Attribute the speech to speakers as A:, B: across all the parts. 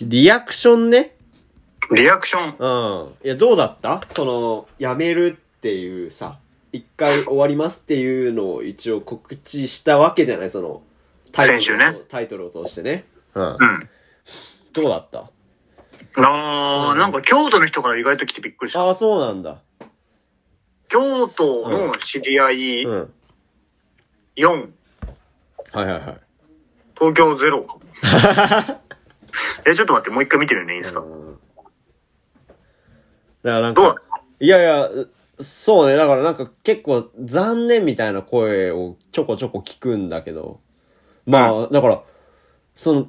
A: リアクションね。
B: リアクション。
A: うん。いや、どうだったその、やめるっていうさ、一回終わりますっていうのを一応告知したわけじゃないその、タイ
B: 先
A: ト
B: 週
A: ルを、
B: ね
A: タイトルを通してね。うん
B: う。ん。
A: どうだった
B: あ
A: う
B: ー、
A: ん
B: なんか京都の人から意外と来てびっくりした。
A: ああ、そうなんだ。
B: 京都の知り合い
A: うん。
B: 4、
A: はいはいはい。
B: 東京0かも。 え、ちょっと待って、もう一回見てるね、インスタ。どう
A: うんだからなん
B: だっ
A: か、いやいや、そうね。だからなんか結構残念みたいな声をちょこちょこ聞くんだけど。まあ、だから、その、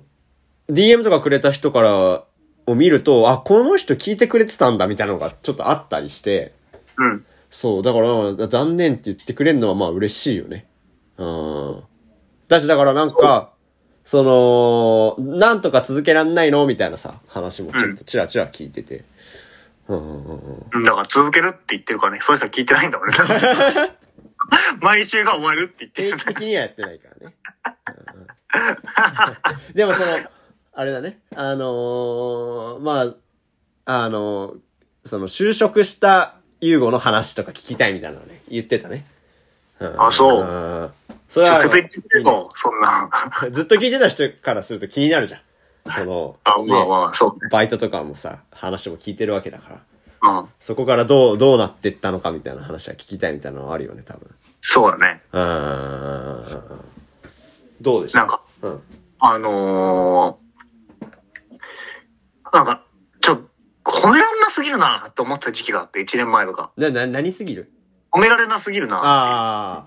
A: DM とかくれた人からを見ると、あ、この人聞いてくれてたんだみたいなのがちょっとあったりして、
B: たうん。
A: そう、だから残念って言ってくれるのはまあ嬉しいよね。うん。だし、だからなんか、その、なんとか続けらんないのみたいなさ、話もちょっとチラチラ聞いてて。うんうんうんうん。
B: うんだから続けるって言ってるからね、そういう人は聞いてないんだもんね。 毎週が終わるって言って
A: 定
B: る
A: 期。的にはやってないから ね。うんでもその、あれだね。あのーまあ、あのーその就職したユーゴの話とか聞きたいみたいなのね、言ってたね。うん
B: あそうん
A: それは、
B: 直接言っても、そんな。
A: ずっと聞いてた人からすると気になるじゃん。その、
B: あ、まあ
A: ね
B: まあ、そうね。
A: バイトとかもさ、話も聞いてるわけだから。
B: うん。
A: そこからどう、どうなってったのかみたいな話は聞きたいみたいなのはあるよね、多分。
B: そうだね。
A: うーん。どうでした
B: なんか、
A: うん。
B: あのー、なんか、ちょ、褒められなすぎるなって思った時期があって、1年前とか。
A: な、な、何すぎる
B: 褒められなすぎるな
A: あ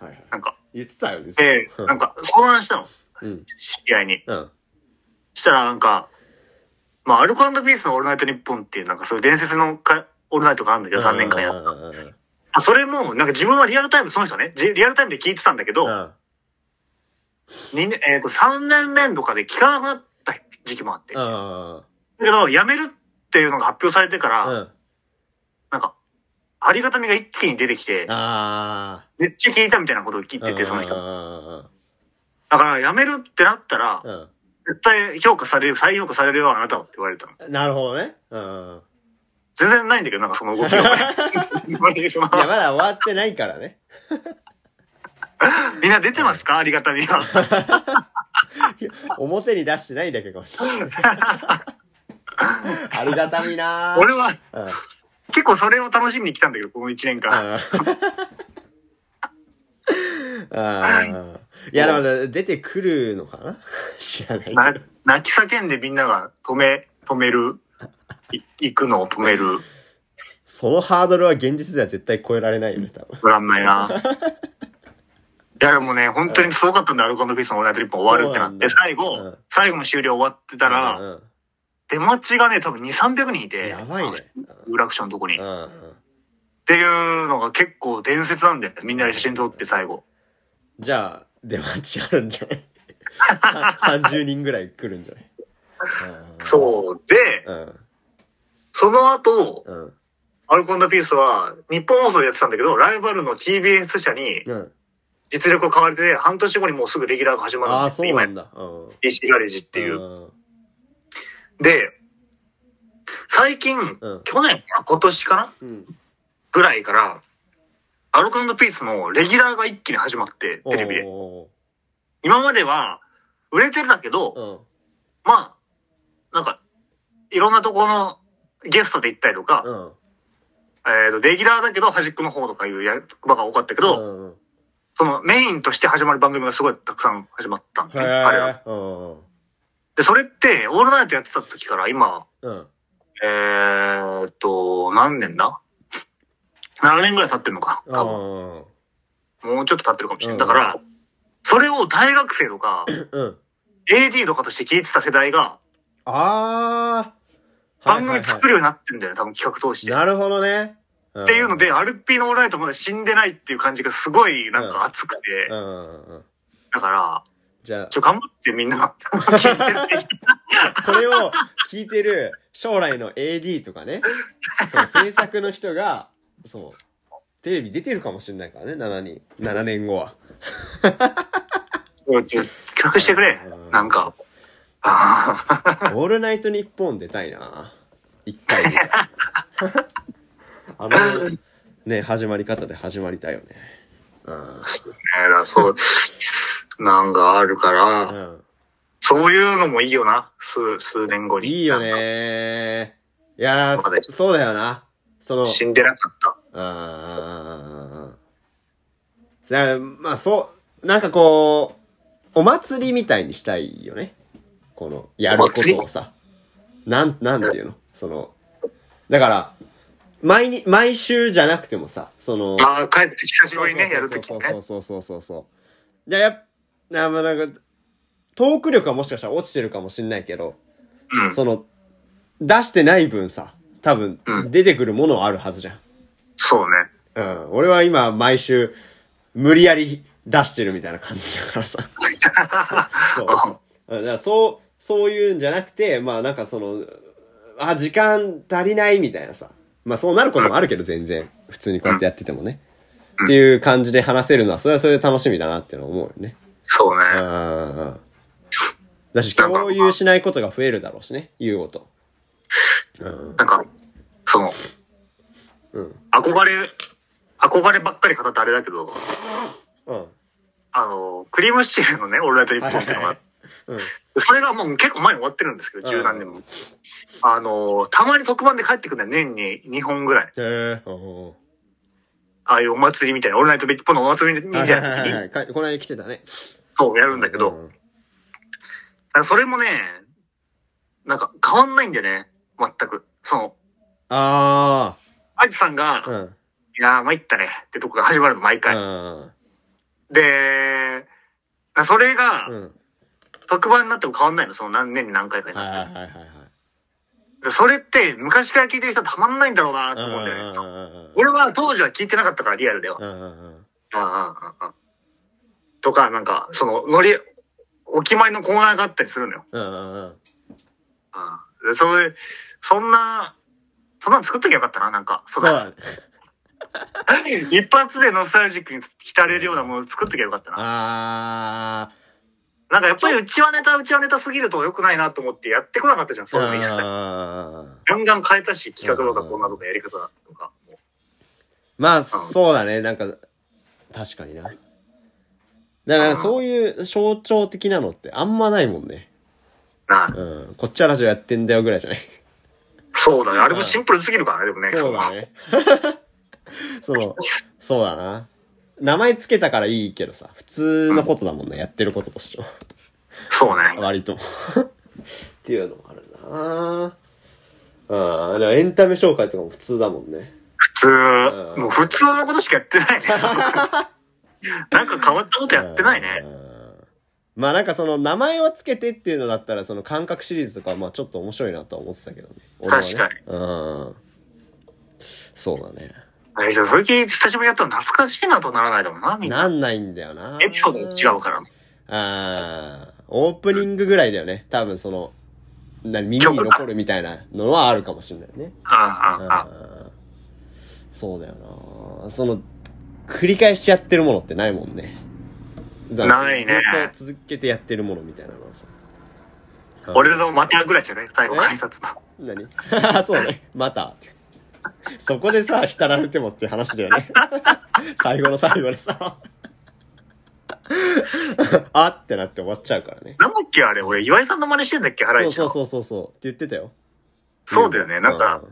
A: あ。はいはい。
B: なんか、
A: 言ってたよね。
B: で、なんか、相談したの。
A: うん。
B: 知り合いに。
A: うん。
B: したらなんか、まあ、アルコピースのオールナイトニッポンっていう、なんかそういう伝説のかオールナイトがあるんだけど、3年間やっ
A: うん。
B: た。それも、なんか自分はリアルタイム、その人ね、じリアルタイムで聞いてたんだけど、
A: うん。
B: 二年えっ、と、3年目とかで聞かなくなった時期もあって。だ
A: うん。
B: けど、辞めるっていうのが発表されてから、
A: うん。
B: なんか、ありがたみが一気に出てきて、
A: ああ。
B: めっちゃ聞いたみたいなことを聞いてて、その人。
A: 人。
B: だから、辞めるってなったら、
A: うん。
B: 絶対評価される、再評価されるよ、あなたはって言われたの。
A: なるほどね。うん。
B: 全然ないんだけど、なんかその動 きが。その
A: いや、まだ終わってないからね。
B: みんな出てますかありがたみが。
A: 表に出してないだけかもし れない。ありがたみなー
B: 俺は
A: うん。うん
B: 結構それを楽しみに来たんだけど、この1年間。
A: あーいや、だから出てくるのかな 知らないけど。
B: な泣き叫んでみんなが止め、止める。い行くのを止める。
A: そのハードルは現実では絶対超えられないよね、多分。
B: ごらんな いな。いや、でもね、本当にすごかったんだ、アルコピースのオールナイトリッポン終わるってなっ
A: そうなんだ
B: て、最後、
A: うん
B: 最後の終了終わってたら、
A: うんうん
B: 出待ちがね、多分2、300人いて。
A: やばいね。
B: 有楽町のとこに。
A: う
B: っ
A: んうん
B: ていうのが結構伝説なんだよ。みんなで写真撮って最後。
A: じゃあ、出待ちあるんじゃない さ ?30 人ぐらい来るんじゃない
B: そう。で、
A: うん。うん。
B: その後、
A: うん。
B: アルコピースは日本放送でやってたんだけど、ライバルの TBS 社に
A: うん。
B: 実力を買われて、半年後にもうすぐレギュラーが始まるん
A: あ
B: で
A: あ、
B: す
A: そ
B: よ。
A: うな
B: 今、
A: んだ。うん。っ
B: DC ガレージっていう。
A: う。
B: で、最近、
A: うん。
B: 去年かな今年かな
A: うん。
B: ぐらいから、アルコピースのレギュラーが一気に始まって、テレビで。
A: お
B: 今までは、売れてたけど
A: ー。、うん。
B: まあ、なんか、いろんなとこのゲストで行ったりとか、
A: うん。
B: えっ、と、レギュラーだけど端っこの方とかいう役場が多かったけど、
A: うんうん。
B: そのメインとして始まる番組がすごいたくさん始まったん
A: へ
B: だね、彼ら。
A: え。うん。
B: で、それって、オールナイトやってた時から今、
A: うん。
B: えー、っと、何年だ ?7 年ぐらい経ってるのか。
A: う
B: 多分。
A: ん。
B: もうちょっと経ってるかもしれ
A: う
B: なんい。だから、それを大学生 とか、
A: うん。
B: AD とかとして聞いてた世代が、
A: ああ。
B: 番組作
A: る。
B: るようになってんだよね、多分企画通して。
A: なるほどね。っ
B: っていうので、アルピーのオールナイトまだ死んでないっていう感じがすごいなんか熱くて、
A: うんうんうん。
B: だから、
A: じゃあ
B: ちょ、頑張ってみんな、 聞いてる人
A: これを聞いてる将来の AD とかね、その制作の人が、そう、テレビ出てるかもしれないからね、7人。7年後は。
B: を企画してくれ
A: う。ん
B: なんか、ああ、
A: オールナイトニッポン出たいな。一 回で。あの、ね、始まり方で始まりたいよね。うん。
B: えらそう、なんかあるから、
A: うん、
B: そういうのもいいよな、数、数年後に。
A: いいよ
B: なんか。
A: ねいや
B: そうだね
A: ー、そそうだよな。その、
B: 死んでなかった。
A: あーじゃあ、まあそう、なんかこう、お祭りみたいにしたいよね。この、やることをさ。なん、なんていうのその、だから、毎に、毎週じゃなくてもさ、その、
B: まあ、帰って久しぶりにね、やるとき
A: そう
B: に
A: そう
B: ね。
A: そうそうそうそう。じゃあやっぱ、まあなんか、トーク力はもしかしたら落ちてるかもしんないけど、
B: うん。
A: その、出してない分さ、多分
B: う、ん
A: 出てくるものはあるはずじゃん。
B: そうね。
A: うん。俺は今、毎週、無理やり出してるみたいな感じだからさ。 そう。うんだからそう、そういうんじゃなくて、まあなんかその、あ、時間足りないみたいなさ。まあそうなることもあるけど、全然。普通にこうやってやっててもね。
B: うん
A: っていう感じで話せるのは、それはそれで楽しみだなっていうのは思うよね。
B: そう
A: うんう
B: ね。
A: んうん。だし、共有しないことが増えるだろうしね、言うこと。うん。
B: なんか、その、
A: うん。
B: 憧れ、憧ればっかり語ってあれだけど、
A: うん。
B: あの、クリームシチューのね、オールナイト日本っていうのがあって、
A: うん。
B: それがもう結構前に終わってるんですけど、十何年も。あの、たまに特番で帰ってくるんだよ、年に2本ぐらい。
A: へえ。うんうん
B: ああいうお祭りみたいな、オールナイトビッポンのお祭りみた
A: はいいはい
B: な
A: はい
B: 時
A: は
B: に、
A: いかこの間来てたね。
B: そうやるんだけど、
A: うん
B: だからそれもね、なんか変わんないんだよね。全く。その、
A: あ
B: アジさんが、
A: あ。うん。
B: いやー参ったねってとこが始まるの、毎回。
A: うん
B: で、それが
A: う、ん。
B: 特番になっても変わんないの、その何年に何回かに
A: はいはい
B: なっ
A: はいはいはい。
B: て。でそれって、昔から聞いてる人たまんないんだろうなと思うんだよね。そう俺は当時は聞いてなかったから、リアルでは。
A: うんうんうん
B: ああああああとか、なんか、その、乗り、お決まりのコーナーがあったりするのよ。
A: うんうんうん
B: ああでそれ、そんな、そんなの作っときゃよかったな、なんか。そ
A: そ
B: ん
A: う
B: な
A: だね。
B: 一発でノスタルジックに浸れるようなものを作っときゃよかったな。
A: ああ。
B: なんかやっぱりうちはネタ、うちはネタすぎると良くないなと思ってやってこなかったじゃん、そういうの一切。
A: あー
B: ガンガン変えたし、企画とかこんなとかやり方とか。
A: まあ、そうだね。なんか、確かにな。だから、そういう象徴的なのってあんまないもんね。
B: なあ
A: うん。こっちはラジオやってんだよぐらいじゃない。
B: そうだね。あれもシンプルすぎるからね、でもね。
A: そうだね。 その、そうだな。名前つけたからいいけどさ、普通のことだもんね、やってることとしては。
B: そうね。
A: 割と。っていうのもあるなああ、でもエンタメ紹介とかも普通だもんね。
B: 普通、
A: ん
B: もう普通のことしかやってない ね。そのなんか変わったことやってないね。
A: うん。まあなんかその名前をつけてっていうのだったらその感覚シリーズとかはまあちょっと面白いなとは思ってたけどね。俺はね
B: 確かに。
A: うん。そうだね。
B: あれじゃあそれ聞いて久しぶりにやったら懐かしいなとはならないだもんな、みんな。
A: なんないんだよな。
B: エピソードも違うから。
A: ああ、オープニングぐらいだよね。多分その、な耳に残るみたいなのはあるかもしれないね。
B: あ
A: う
B: あ、
A: ん
B: ああ、
A: そうだよな。その、繰り返しやってるものってないもんね。ざ
B: ないね
A: ずっと続けてやってるものみたいなのはさ。うん
B: 俺のまたぐらいじゃない最後の挨拶の。
A: 何 そうね。また。そこでさ、浸られてもって話だよね。 最後の最後でさ。 あってなって終わっちゃうからね。
B: なんだっけあれ、俺、岩井さんの真似してんだっけ原
A: そう
B: 市
A: そ
B: の。
A: う
B: そう
A: そうそうそう。って言ってたよ。
B: だよね。なんか、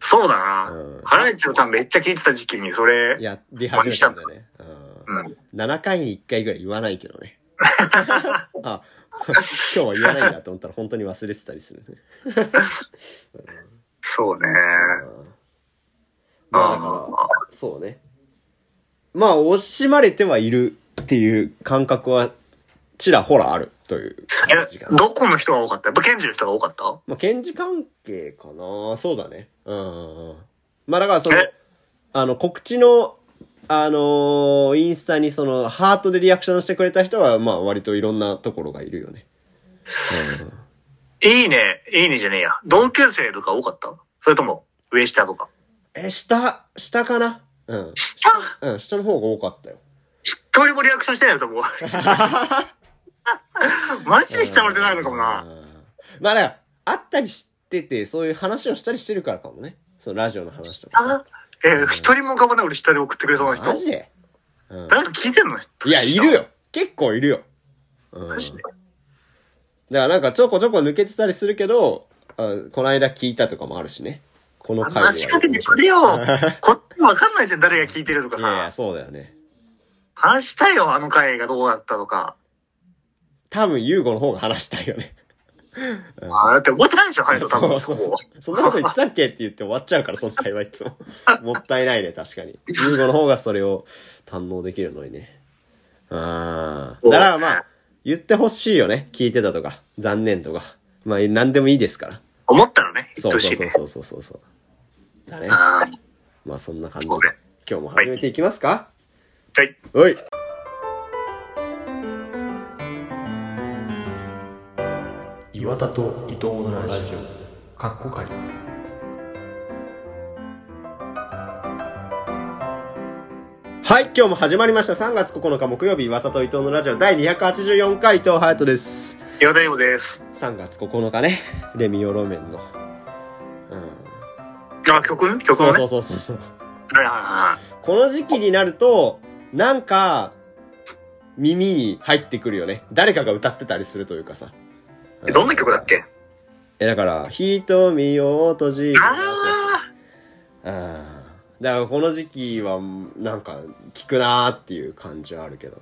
B: そうだな。
A: うん
B: 原市のちゃんめっちゃ聞いてた時期に、そ
A: うん、
B: れ、
A: やり始めたんだよね。う
B: うんん。
A: 7回に1回ぐらい言わないけど ね。あ、今日は言わないんだと思ったら本当に忘れてたりするね。
B: そうね。
A: うんまあだ
B: あ
A: から、そうね。まあ、惜しまれてはいるっていう感覚は、ちらほらあるという
B: え
A: 感じが、。
B: どこの人が多かったやっぱ、検事の人が多かった
A: まあ、検事関係かなそうだね。うん。まあ、だからその
B: え、
A: あの、告知の、あのーインスタにその、ハートでリアクションしてくれた人は、まあ、割といろんなところがいるよね。うん
B: いいね、いいねじゃねえや。同級生とか多かったそれとも、上下とか。
A: え、下、下かなうん。
B: 下
A: うん、下の方が多かったよ。
B: 一人もリアクションしてないと思う。マジで下向いてないのかも
A: う
B: な。
A: ん。まあだから、あったりしてて、そういう話をしたりしてるからかもね。そのラジオの話とかさ。
B: あえ、一人も浮かばない俺下で送ってくれそうな人
A: マ。ジで、うん、
B: 誰か聞いてんの
A: いや、いる。よ。結構いるよ。うん。だ
B: マ
A: か
B: ジで。
A: らなんかちょこちょこ抜けてたりするけど、あこの間聞いたとかもあるしね。この回では
B: 話しかけてくれ よ。こっちもわかんないじゃん、誰が聞いてるとか
A: いやいや、
B: さ。
A: そうだよね。
B: 話したいよ、あの回がどうだったとか。
A: 多分、ユーゴの方が話したいよ ね。
B: あだって覚えてないでしょ、ハヤト多分。
A: そうそうそんなこと言ってたっけって言って終わっちゃうから、その会話いつも。 もったいないね、確かに。ユーゴの方がそれを堪能できるのにね。ああ。だからまあ、言ってほしいよね。聞いてたとか、残念とか。まあ、何でもいいですから。
B: 思ったらね、言
A: そ
B: って
A: う
B: ほし
A: そう
B: いね。
A: そうそうそうそう。だね。
B: あー
A: まあ、そんな感じで
B: そうね。
A: 今日も始めていきますか
B: はい。
A: はい。
C: 岩田と伊藤のラジオかっこかり
A: はい、今日も始まりました。3月9日木曜日、渡と伊藤のラジオ第284回、伊藤隼人です。
B: 岩田優です。
A: 3月9日ねレミオロメンの、うん、
B: あ、曲ね曲
A: そ
B: を
A: う
B: ね。
A: そ
B: は
A: うそうそうそう
B: いはいは
A: この時期になるとなんか耳に入ってくるよね誰かが歌ってたりするというかさ
B: い。えどんな曲だっけ
A: えだから「瞳を閉じるな」う
B: あ
A: んだからこの時期はなんか聞くなーっていう感じはあるけど、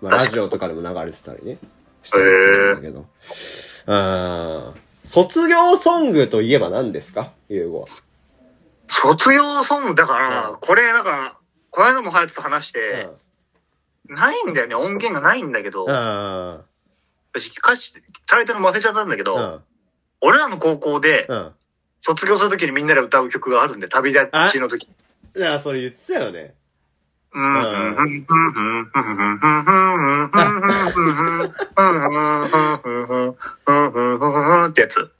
A: まあ、ラジオとかでも流れてたりねしてたりするんだけど、うん卒業ソングといえば何ですかゆうごは
B: ー卒業ソング、だから、これ、だから、この間もハヤトと話し
A: うん
B: て、ないんだよね、音源がないんだけど、
A: うん
B: 私歌詞、タイトル忘れちゃったんだけど、
A: うん
B: 俺らの高校で、
A: うん。
B: 卒業するときにみんなで歌う曲があるんで、旅立ちの時に。
A: だからそれ言ってたよね。
B: うんうんうんうんうんうんうんうんうんうんうんうんうんうんうんうんうんうんってやつ。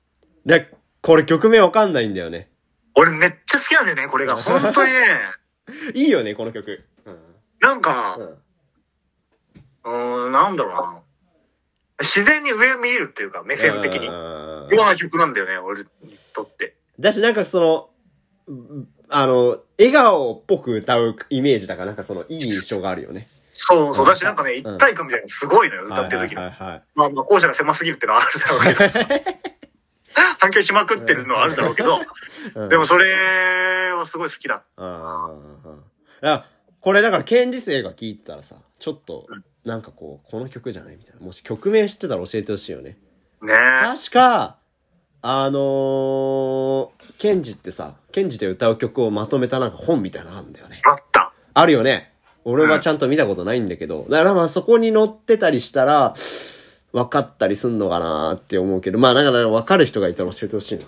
A: で、これ曲名わかんないんだよね。
B: 俺めっちゃ好きなんだよね、これが。本当にね。
A: いいよね、この曲。うん。
B: なんか
A: う、ん。
B: うーん、なんだろうな。自然に上見えるっていうか、目線的に。よう
A: に。
B: な曲なんだよね、俺にとって。
A: だし、なんかその、うんあの、笑顔っぽく歌うイメージだから、なんかその、いい印象があるよね。
B: そうそう。
A: うん
B: だしなんかね、一体感みたいなのすごいのよ、歌ってる時
A: は
B: の。
A: いはい
B: まあまあ、校舎が狭すぎるってのはあるだろうけど。反響しまくってるのはあるだろうけど、
A: はいはい。
B: で
A: も、
B: もそれはすごい好きだ。
A: ああ。だからこれだから、ケンジス映画聴いてたらさ、ちょっと、なんかこう、この曲じゃないみたいな。もし曲名知ってたら教えてほしいよね。
B: ねえ。
A: 確か、あのー、ケンジってさ、ケンジで歌う曲をまとめたなんか本みたいなのあるんだよね。
B: あった。
A: あるよね。俺はちゃんと見たことないんだけど。だからまあそこに載ってたりしたら、分かったりすんのかなーって思うけど、まあだから分かる人がいたら教えてほしいな。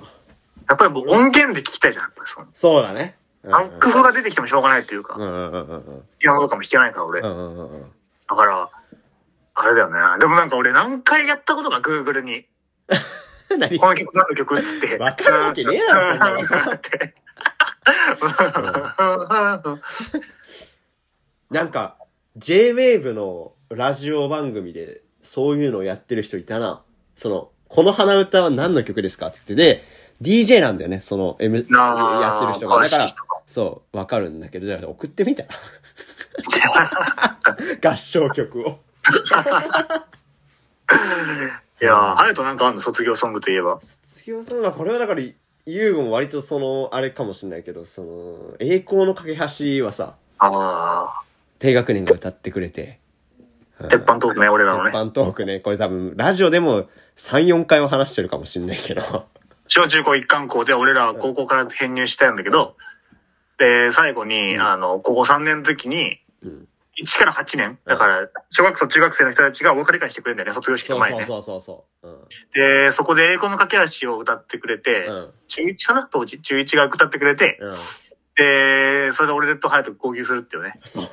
B: やっぱりもう音源で聞きたいじゃん。やっぱりその
A: そうだね。うんう
B: あの工夫が出てきてもしょうがないっていうか、
A: んうんうんうん
B: ピアノとかも弾けないから俺。
A: う
B: だ
A: んうんうんうん。
B: から、あれだよね。でもなんか俺何回やったことが Google に、
A: 何
B: この曲何の曲っつって。
A: わかるわけねえだろそんなの
B: うんって。
A: なんか、J-Wave のラジオ番組で、そういうのをやってる人いたな。その、この鼻歌は何の曲ですかって言って、で、DJ なんだよね、その、M、
B: なあ
A: やってる人が。だか
B: 詳しい
A: ら
B: 人が、
A: そう、わかるんだけど、じゃあ送ってみたら。 合唱曲を。
B: いやー、ハヤトなんかあんの卒業ソングといえば。
A: 卒業ソングは、これはだから、ユーゴも割とその、あれかもしれないけど、その、栄光の架け橋はさ、
B: あ
A: 低学年が歌ってくれて、
B: あ、鉄板トークね、俺らの
A: 鉄
B: ね。
A: 板トークね、これ多分、ラジオでも3、4回は話してるかもしれないけど。
B: 小中高一貫校で俺らは高校から編入したんだけど、で、最後に、
A: うん
B: あの、高校3年の時に、
A: うん
B: 1から8年。だから、小学校、中学生の人たちがお別れ会してくれるんだよね、卒業式
A: そ
B: の
A: う
B: 前
A: そ
B: ね
A: う。そうそうそう。うん。
B: で、そこで栄光の駆け足を歌ってくれて、
A: うん。
B: 中1かな当時。中1が歌ってくれて、
A: うん。
B: で、それで俺と隼人合流するっていうね。
A: そう。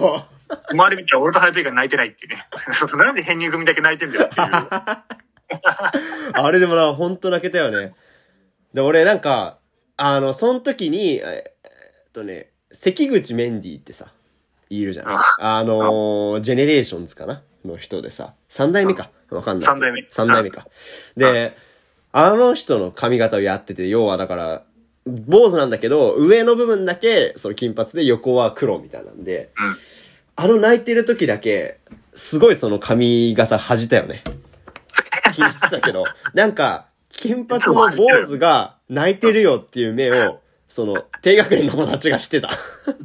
B: 周り見たら俺と隼人以外泣いてないっていうね。 そうなんで編入組だけ泣いてんだよっていう。
A: あれでもな、ほんと泣けたよね。で、俺なんか、あの、その時に、ええっとね、関口メンディーってさ、いるじゃん。
B: あ
A: あのージェネレーションズかなの人でさ、三代目か。わ かんない。
B: 三代目
A: 三代目か。で、あの人の髪型をやってて、要はだから、坊主なんだけど、上の部分だけ、その金髪で横は黒みたいなんで、
B: うん
A: あの泣いてる時だけ、すごいその髪型恥じたよね。聞いてた けど、なんか、金髪の坊主が泣いてるよっていう目を、その、低学年の子たちが知 ってた。ちょっ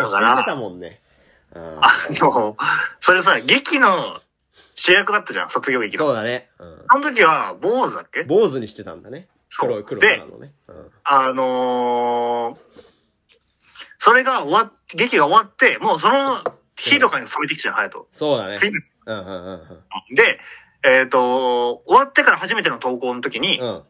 A: と引いてたもんね。うん
B: あの、それさ、劇の主役だったじゃん、卒業劇の。
A: そうだね。うん
B: その時は、坊主だっけ
A: 坊主にしてたんだね。
B: そう
A: 黒い黒い
B: で
A: からのね。うん
B: あのー、それが終わっ、劇が終わって、もうその日とかに染めてきたじゃん、隼
A: そうだね
B: 人。。次
A: うんうんうんうん。
B: で、えっ、と、終わってから初めての投稿の時に、
A: うん。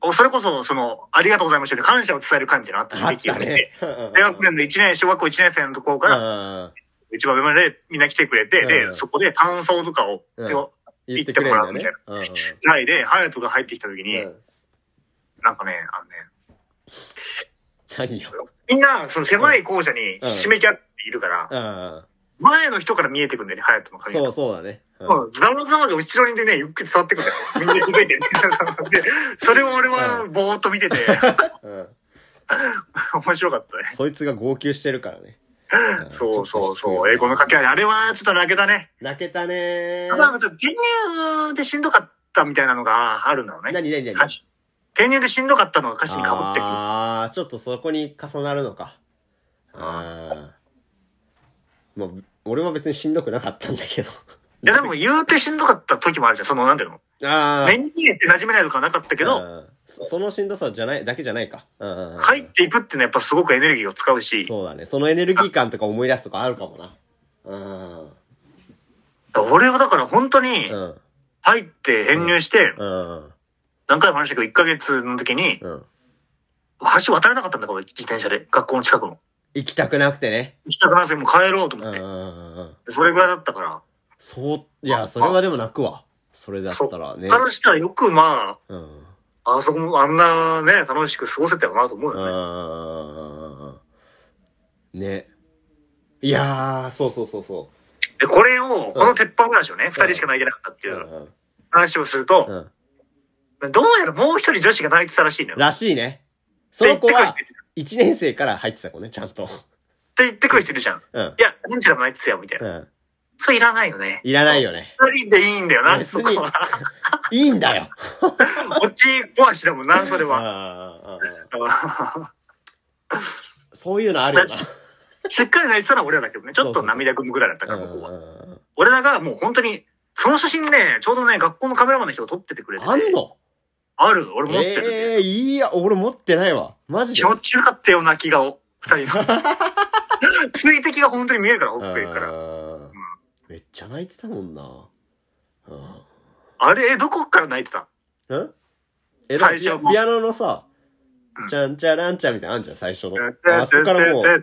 B: おそれこそ、その、ありがとうございましたより感謝を伝える会みたいなのあったの
A: あっ
B: 劇を
A: た
B: 見
A: ね
B: て。。
A: うんうんうん
B: 大学年の1年、小学校1年生のところから、一番上までみんな来てくれて、
A: う
B: で、
A: ん
B: そこで感想とかを、
A: うん
B: でを
A: 言ってくれるんだね
B: 言っ。
A: うんうん
B: ないで、隼人が入ってきた時に、
A: うん
B: なんかね、あのね、
A: 何よ。
B: みんな、その狭い校舎にひしめき合っているから、
A: うん。
B: 前の人から見えてくんだよね、隼人の影が。
A: そうそうだね。うん
B: もうざわざわが後ろにでね、ゆっくり座ってくんだよ。みんな気づいてる。 で、それを俺はぼーっと 見てて、
A: うん。
B: 面白かったね。
A: そいつが号泣してるからね。ん
B: そうそうそう。英語の掛け合い。あれはちょっと泣けたね。
A: 泣けたね
B: ただなんかちょっと転入でしんどかったみたいなのがあるんだろうね。
A: 何何何
B: 歌詞。転入でしんどかったのが歌詞に被ってくる。
A: ああ、ちょっとそこに重なるのか。ああ。まあ、俺は別にしんどくなかったんだけど。
B: いやでも言うてしんどかった時もあるじゃん。その、なんていうの
A: ああ。
B: 目に見えて馴染めないとかなかったけど、
A: うんそそのしんどさじゃない、だけじゃないか。うんうんうん
B: 入っていくっていうのはやっぱすごくエネルギーを使うし、
A: そうだね。そのエネルギー感とか思い出すとかあるかもな。うん。
B: 俺はだから本当に
A: うん。
B: 入って編入して、
A: うん。
B: 何回も話したけど、1ヶ月の時に、
A: うん。
B: 橋渡れなかったんだから、俺自転車で。学校の近くの。
A: 行きたくなくてね。
B: 行きたくなくてもう帰ろうと
A: うん
B: 思
A: う
B: っ
A: ん
B: て。
A: うんうん。
B: それぐらいだったか
A: そう、いや、それはでも泣くわ。それだったらね
B: ら。。からしたらよくま
A: うん。
B: あ、あそこもあんなね、楽しく過ごせたよなと思う
A: う
B: よね。
A: ん。ね。いやー、そうそうそうそ
B: で、これを、この鉄板暮らしをね、二人しか泣いてなかったって
A: う。
B: いううん話をする
A: う
B: と、
A: ん。
B: どうやらもう一人女子が泣いてたらしいのよ。っ
A: らしいね。そ
B: て
A: の
B: 言っ
A: 子
B: てくる人
A: はい
B: る、
A: 1年生から入ってた子ね、ちゃんと。
B: って言ってくる人いるじゃん。
A: うん。
B: いや、何ちらも泣いてたよ、みたいうな。
A: ん。
B: それいらないよね。
A: いらない
B: よ。
A: よね。
B: 二人でいいんだよな、
A: 別
B: そ
A: に
B: こは。
A: いいんだよ。
B: 落ち壊しだもんな、それは。
A: は。そういうのあるよな。
B: しっかり泣いてたのは俺らだけどね、ちょっと涙ぐむぐらいだったか
A: う
B: ら、
A: ん
B: ここは
A: う。んうん
B: 俺らがもう本当に、その写真ね、ちょうどね、学校のカメラマンの人が撮っててくれてて。
A: あんの
B: ある俺持ってる、
A: ええー、いいや、俺持ってないわ。マジで。
B: 気持ちよかったよ、泣き顔。二人 の。水滴が本当に見えるから、奥へ行くから。
A: うんめっちゃ泣いてたもんな。うん
B: あれ、えどこから泣いてた
A: うんえ、
B: 最初
A: だって
B: も
A: ピアノのさ
B: うん、
A: ちゃんちゃらんちゃみたいなのあんじゃん、最初の。あそこからもう、もう、なん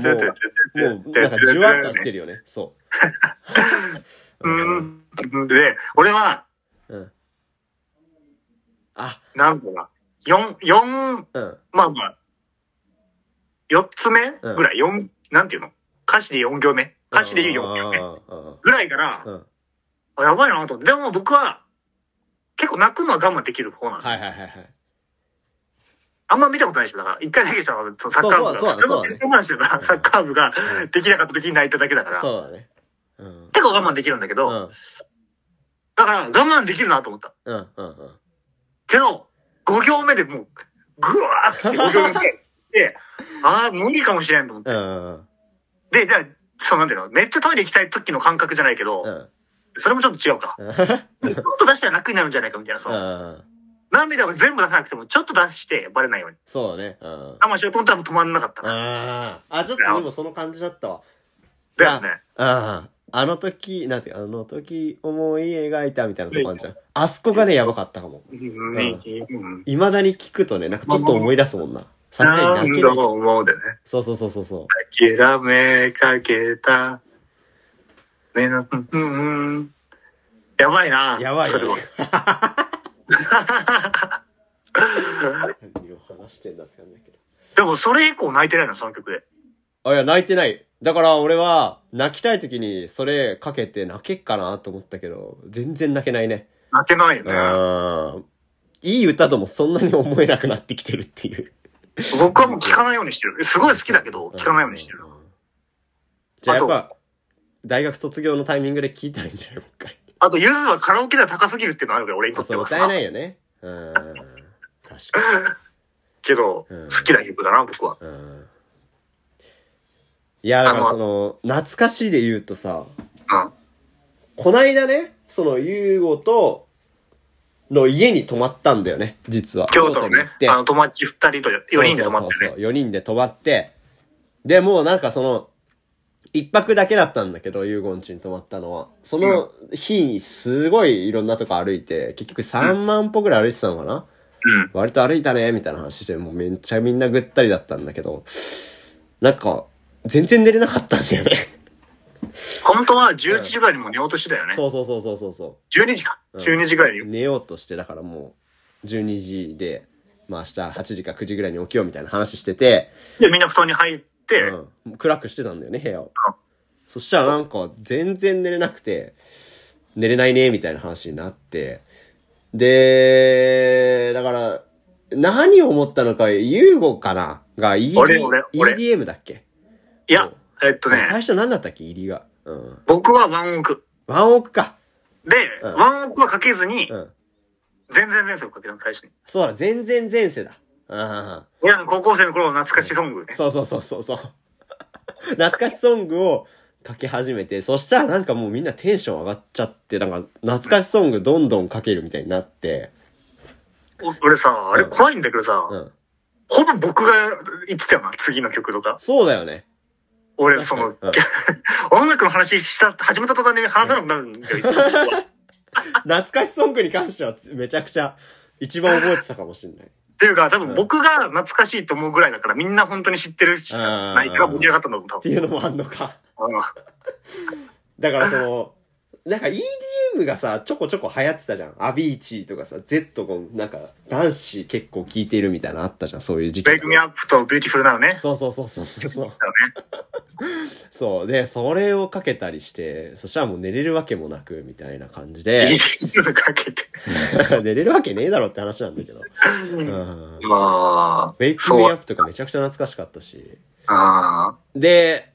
A: かじゅわっと来てるよね。 そう。
B: うん。で、俺は、
A: うん。あ、
B: なんだろうな。四、四、
A: うん。
B: まあまあ、四つ目
A: うん
B: ぐらい、四、なんていうの歌詞で四行目。歌詞で言う四行目。
A: うんうんうん
B: ぐらいから
A: う、ん。
B: あやばいなと思って。でも僕は、結構泣くのは我慢できる方なの。
A: はいはいはいはい。
B: あんま見たことないでしょ。だから、一回だけでしょ。そのサッカー部が。
A: そうそうそうだね
B: それも我慢してたサッカー部が
A: うん
B: できなかった時に泣いただけだから。
A: そうだね。うん。
B: 結構我慢できるんだけ
A: う
B: ど、
A: ん。
B: だから我慢できるなと思った。
A: うん。うんうん。
B: けど、5行目でもう、ぐわーって5行目で、で ああ、無理かもしれんと思って。
A: うん。うん
B: で、じゃあ、そうなんていうの、めっちゃトイレ行きたい時の感覚じゃないけど、
A: うん。
B: それもちょっと違うか。ちょっと出したら楽になるんじゃないかみたいな、その、
A: うん。
B: 涙を全部出さなくても、ちょっと出してバレないように。
A: そうだね。うん。
B: 我慢しようと思ったら止まんなかったな。
A: ああ。あ、ちょっとでもその感じだったわ。
B: だよね。
A: ああ。あの時、なんていうかあの時思い描いたみたいなとこあんじゃん。あそこがね、やばかったかも。
B: うんうん
A: 未だに聞くとね、なんかちょっと思い出すもんな。さすがに泣け
B: 何
A: る。
B: 度も思うだよね。
A: そうそうそうそうそう。
B: 諦めかけた。目の、うんうんうん。やばいな。
A: やばい
B: そ
A: よ
B: れ
A: ね
B: は。
A: 何を話してんだって感じだけど。
B: でもそれ以降泣いてないの、その曲で。
A: あ、いや、泣いてない。だから俺は泣きたい時にそれかけて泣けっかなと思ったけど、全然泣けないね。
B: 泣けないよ
A: う
B: ね。
A: ん。いい歌ともそんなに思えなくなってきてるっていう。
B: 僕はもう聞かないようにしてる。すごい好きだけど、聞かないようにしてる。
A: ん。じゃあやっ
B: あ
A: ぱ、大学卒業のタイミングで聞いたらいいんじゃないもう一回。
B: あと、ゆずはカラオケでは高すぎるっていうのあるから、俺にと
A: あ
B: っ
A: そ
B: て
A: う、
B: は
A: 歌えな
B: さ。
A: いよね。うん。確か
B: けど、
A: うん
B: 好きな曲だな、僕は。
A: に。うん。いや、だからその、懐かしいで言うとさ、
B: うん。
A: こないだね、その、ゆうごと、の家に泊まったんだよね、実は。
B: 京都のね
A: 行っ、て
B: あの、友達二人と4人で泊まって
A: そうそう
B: ね。
A: そう4人で泊まって、で、もうなんかその、一泊だけだったんだけど、ゆうごんちに泊まったのは。その日にすごいいろんなとこ歩いて、結局3万歩ぐらい歩いてたのかな、
B: うん。
A: 割と歩いたね、みたいな話して、もうめっちゃみんなぐったりだったんだけど、なんか、全然寝れなかったん だよね。
B: 本当は11時ぐらいにもう寝落としてたよね。
A: そうそうそうそうそうそう。
B: 12時か。
A: うん
B: 12時ぐらいに。
A: 寝ようとしてだからもう12時で、まあ、明日8時か9時ぐらいに起きようみたいな話してて、
B: で、みんな布団に入って、
A: うん、暗くしてたんだよね部屋を、そしたらなんか全然寝れなくて寝れないねみたいな話になってでだから何を思ったのかユーゴかなが ED
B: 俺俺俺
A: EDM だっけ
B: いや、えっと
A: 最
B: ね、
A: 初何だったっけ入りが、うん、
B: 僕はワンオク。
A: ワンオクか、
B: で、
A: うん
B: ワンオクはかけずに
A: う、ん、
B: 全然前世をかけたの、最初に。
A: そうだ全然前世だああ
B: 俺らの高校生の頃の懐かしいソングね。
A: そうそうそうそうそう。懐かしソングをかけ始めて、そしたらなんかもうみんなテンション上がっちゃって、なんか懐かしソングどんどんかけるみたいになって、
B: お俺さ、あれ
A: うん
B: 怖いんだけどさ、
A: うん。
B: ほぼ僕が言ってたよな、次の曲とか。
A: そうだよね。
B: 俺、その、
A: うん
B: 音楽の話した、始めた途端に話さなくなるんだよ、いつも
A: 懐かしソングに関してはめちゃくちゃ一番覚えてたかもしれない。
B: っていうか、多分僕が懐かしいと思うぐらいだから、みんな本当に知ってるし、
A: あー
B: 内容が盛り上がったんだもん、多
A: って
B: 分。
A: いうのもあんのか。
B: うん
A: だからその、なんか EDM がさ、ちょこちょこ流行ってたじゃん。アビーチーとかさ、Z ゴン、なんか男子結構聴いてるみたいなのあったじゃん、そういう時期が。
B: ベイクミアップとビューティフルなのね。
A: そうそうそうそうそうそう。
B: だよね。
A: そう。で、それをかけたりして、そしたらもう寝れるわけもなく、みたいな感じで
B: ビュ、ーティフルかけて。
A: 寝れるわけねえだろって話なんだけど。うん。
B: ま
A: ウェイクメイアップとかめちゃくちゃ懐かしかったし。
B: あ、あ
A: で、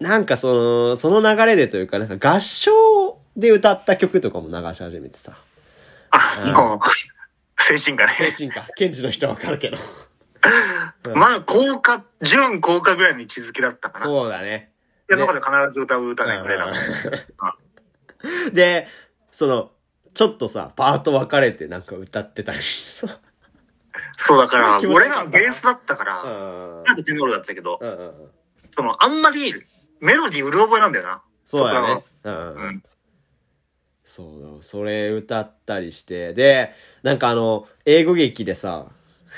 A: なんかその、その流れでというか、なんか合唱で歌った曲とかも流し始めてさ。
B: あ、あの、精神が
A: ケン
B: ね。
A: ジンか。ケンジの人はわかるけど。うん
B: まあ、効果、準効果ぐらいの位置づけだったかな。そう。
A: そうだね。
B: で、中で必ず歌う歌ね、俺ら。
A: うんで、その、ちょっとさ、パート分かれてなんか歌ってたりしてさ。
B: そうだから、
A: 気持ちよか
B: 俺
A: った
B: らはベースだったから、
A: う
B: なん
A: ん
B: かテノールだったけど、
A: うんうん。
B: その、あんまり、メロディーうる覚えなんだよな。
A: そうだよね。う。
B: うんん。
A: そうだ、それ歌ったりして、で、なんかあの、英語劇でさ、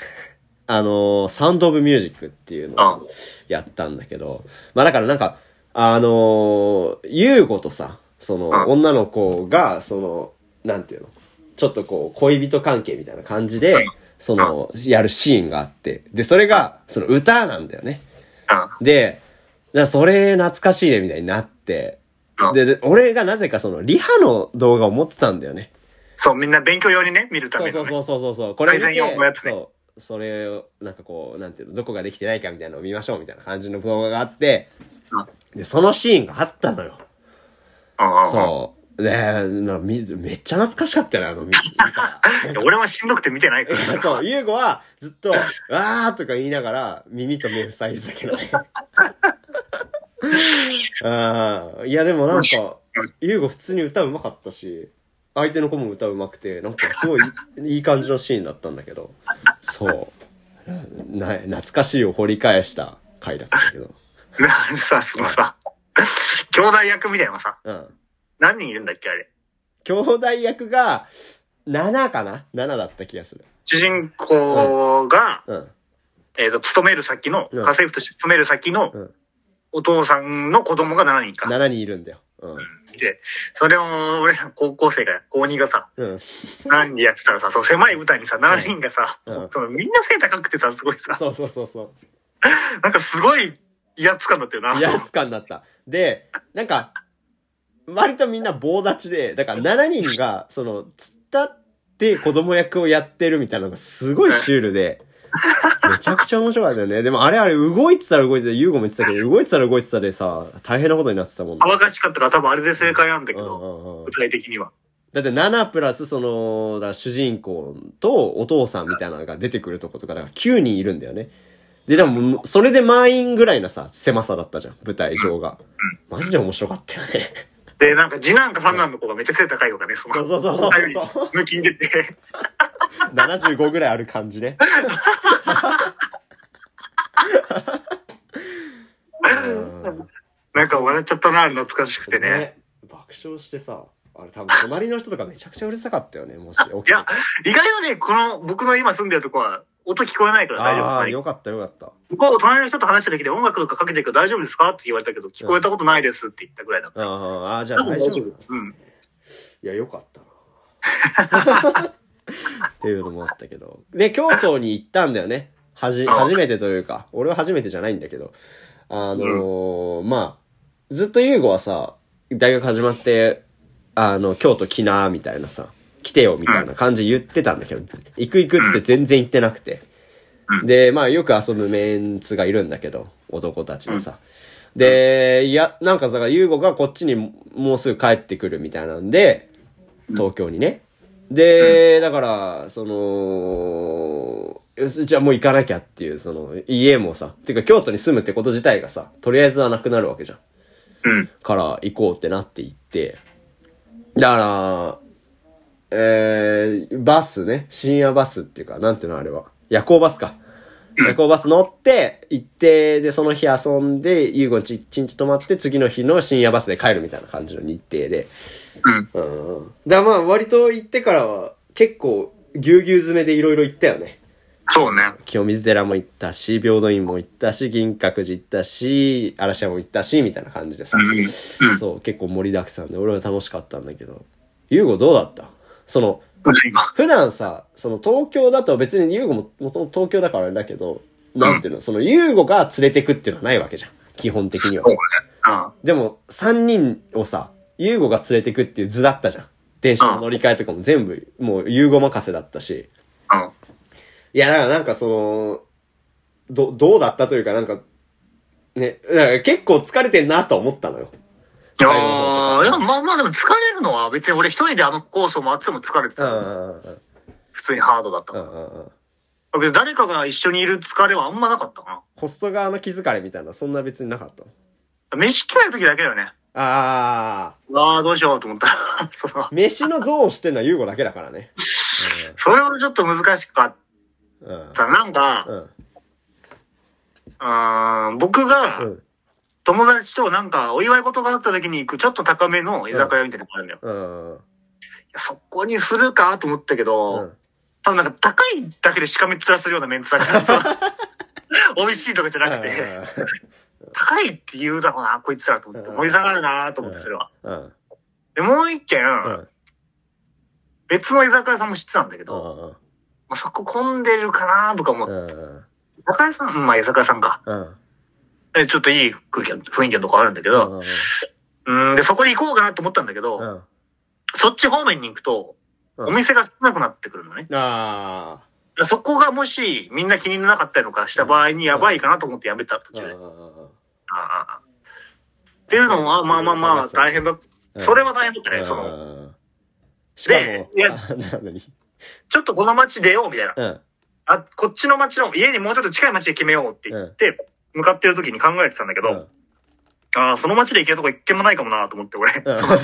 A: あの、サウンドオブミュージックっていうのをさ
B: うん
A: やったんだけど、まあだからなんか、あの、優子とさ、その、
B: ん
A: 女の子が、その、なんていうの、ちょっとこう、恋人関係みたいな感じで、その、やるシーンがあって、で、それが、その歌なんだよね。で、なそれ懐かしいねみたいになって
B: うん、
A: で、で俺がなぜかその、リハの動画を持ってたんだよね。
B: そう、みんな勉強用にね、見るた
A: そう
B: め
A: そ
B: の
A: う
B: ね。
A: そうそうそうそう。これ見
B: 改善用のや
A: て、
B: つね
A: そう。それを、なんかこう、なんていうの、どこができてないかみたいなのを見ましょうみたいな感じの動画があって、で、そのシーンがあったのよ。
B: うんうん
A: そう。で、なみめっちゃ懐かしかったよね、あの、見見た
B: いや俺はしんどくて見て ないから。
A: ら。 そう、ゆうごはずっと、わーとか言いながら、耳と目塞いでたけど ね。あーいや、でもなんか、ゆうご普通に歌うまかったし、相手の子も歌うまくて、なんかすごいい い感じのシーンだったんだけど、そう。な懐かしいを掘り返した回だったんだけど。
B: さ、そのさ、兄弟役みたいなのがさ、
A: うん。
B: 何人いるんだっけ、あれ。
A: 兄弟役が、7かな ?7 だった気がする。
B: 主人公が、
A: うん。
B: えっ、と、勤める先の、家
A: うん
B: 政婦として勤める先の
A: うん、
B: お父さんの子供が7人か。
A: 7人いるんだよ。うん。
B: で、それを、俺ら高校生が、高2がさ、
A: うん。
B: 何人やってたらさ、その狭い舞台にさ、7人がさ、
A: うん
B: そのみんな背高くてさ、すごいさ、
A: そうそうそうそう。
B: なんかすごい威圧感だったよな。
A: 威圧感だった。で、なんか、割とみんな棒立ちで、だから7人が、その、突っ立って子供役をやってるみたいなのがすごいシュールで、めちゃくちゃ面白かったよね。でもあれあれ動いてたら動いてた、ユーゴも言ってたけど、動いてたら動いてたでさ、大変なことになってたもんね。
B: 騒がしかったから多分あれで正解なんだけ
A: う
B: ど、
A: んうんうん
B: 具体的には。
A: だって7プラスその、だから主人公とお父さんみたいなのが出てくるとことか、だから9人いるんだよね。で、でも、それで満員ぐらいなさ、狭さだったじゃん、舞台上が。マジで面白かったよね。
B: で、なんか次男か三男の子がめちゃくちゃ高いのがね、その、
A: そうそうそうそう
B: 抜きんでて、
A: 75ぐらいある感じね。うん
B: なんか笑っちゃったな、懐かしくてね。。
A: 爆笑してさ、あれ多分隣の人とかめちゃくちゃうるさかったよね、もし。い
B: いや意外とね、この、僕の今住んでるとこは、音聞こえないから大丈夫
A: ああ、
B: はい。
A: よかったよかった。
B: 向こう、隣の人と話した時で音楽とかかけてるけど大丈夫ですかって言われたけど、聞こえたことないですって言ったぐらいだった。
A: ああ、ああじゃあ大丈夫だ。
B: うん。
A: いや、よかったな。 っていうのもあったけど。で、京都に行ったんだよね。はじ、初めてというか、俺は初めてじゃないんだけど。あのーまあ、ずっと優吾はさ、大学始まって、あの、京都来な、みたいなさ、来てよ、みたいな感じ言ってたんだけど、行く行くっつって全然行ってなくて。で、まあ、よく遊ぶメンツがいるんだけど、男たちでさ。で、いや、なんかさ、優吾がこっちにもうすぐ帰ってくるみたいなんで、東京にね。で、だから、その、よしじゃあもう行かなきゃっていう、その、家もさ、てか京都に住むってこと自体がさ、とりあえずはなくなるわけじゃん。
B: うん。
A: から行こうってなって行って、だから、えー、バスね、深夜バスっていうか、なんていうのあれは、夜行バスか。夜行バス乗って、行って、で、その日遊んで、ゆうごんち一日泊まって、次の日の深夜バスで帰るみたいな感じの日程で。うん。うん。だからまあ、割と行ってからは、結構、ぎゅうぎゅう詰めでいろいろ行ったよね。
B: そうね。
A: 清水寺も行ったし、平等院も行ったし、銀閣寺行ったし、嵐山も行ったし、みたいな感じでさ、
B: うんうん
A: そう、結構盛りだくさんで、俺は楽しかったんだけど、優吾どうだったその、
B: 今。
A: 普段さ、その東京だと別に優吾も、もともと東京だからあれだけど、なんていうの、その優吾が連れてくっていうのはないわけじゃん。基本的には
B: そう。ね。うん。
A: でも、3人をさ、優吾が連れてくっていう図だったじゃん。電車の乗り換えとかも全部、もう優吾任せだったし。
B: うん。
A: いや、だからなんかその、ど、どうだったというかなんか、ね、だから結構疲れてんなと思ったのよ。
B: いや
A: 最後の方と
B: ー
A: か
B: いや、まあまあでも疲れるのは別に俺一人であのコースを回ってても疲れて
A: うんう
B: た。
A: んうん
B: 普通にハードだった
A: う
B: か
A: んうんうん。
B: ら。別に誰かが一緒にいる疲れはあんまなかったか
A: ホスト側の気づかれみたいな、そんな別になかったの
B: な。飯嫌いの時だけだよね。
A: あ
B: うわあ、どうしようと思った ら。その
A: ー、飯のゾーンしてんのは優吾だけだからね。
B: それはちょっと難しかっ
A: うん。うん
B: た。なんか、
A: うん。
B: うーん、僕
A: う
B: が
A: ん。
B: 友達となんかお祝い事があった時に行くちょっと高めの居酒屋みたいなのがあるんだよ。
A: うん。
B: いやそこにするかと思ったけ
A: う
B: ど、
A: ん。
B: 多分なんか高いだけでしかめっ面するようなメンツだから、その 美味しいとかじゃなくて。高いって言うだろうな、こいつらと思って。
A: うん
B: 盛り下がるなと思って、それは。
A: うん。うん。
B: で、もう一軒、
A: うん。
B: 別の居酒屋さんも知ってたんだけ
A: う
B: ど、
A: ん。
B: まあ、そこ混んでるかなとか思っ
A: う
B: て、
A: ん。うん。
B: 居酒屋さん、うんまあ居酒屋さんか。
A: うん。
B: えちょっといい空気の、雰囲気のとこあるんだけど、うん、で、そこに行こうかなと思ったんだけど、
A: うん。
B: そっち方面に行くと、
A: うん
B: お店が少なくなってくるのね。
A: あ
B: そこがもし、みんな気にならなかったりとかした場合にやばいかなと思ってやめた途
A: ー。
B: 中で。
A: うん
B: ああっていうのは、まあまあまあ、大変だ。それは大変だったね、その。
A: の。しかも
B: でい、や
A: あな何
B: ちょっとこの街出ようみたいな。
A: うん。
B: あ、こっちの街の、家にもうちょっと近い街で決めようって言って、向かってる時に考えてたんだけ
A: う
B: ど、
A: ん
B: ああ、その街で行けるとこ一軒もないかもなと思って、俺。
A: うん
B: その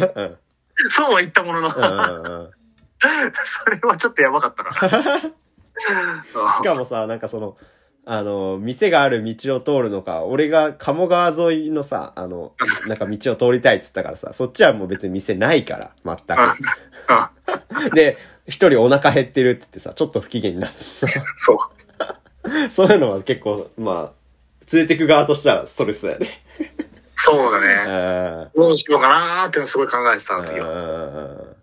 B: そうは言ったものの、
A: うんうんうん
B: それはちょっとやばかったな。
A: しかもさ、なんかその、あの、店がある道を通るのか、俺が鴨川沿いのさ、あの、なんか道を通りたいっつったからさ、そっちはもう別に店ないから、
B: うん
A: 全く。で、一人お腹減ってるって言ってさ、ちょっと不機嫌になってさ、
B: そう。
A: そういうのは結構、まあ、連れてく側としたらストレスだよね。
B: そうだ
A: う
B: ね。
A: ん
B: どうしようかなーっていうのすごい考えてた時は。
A: うん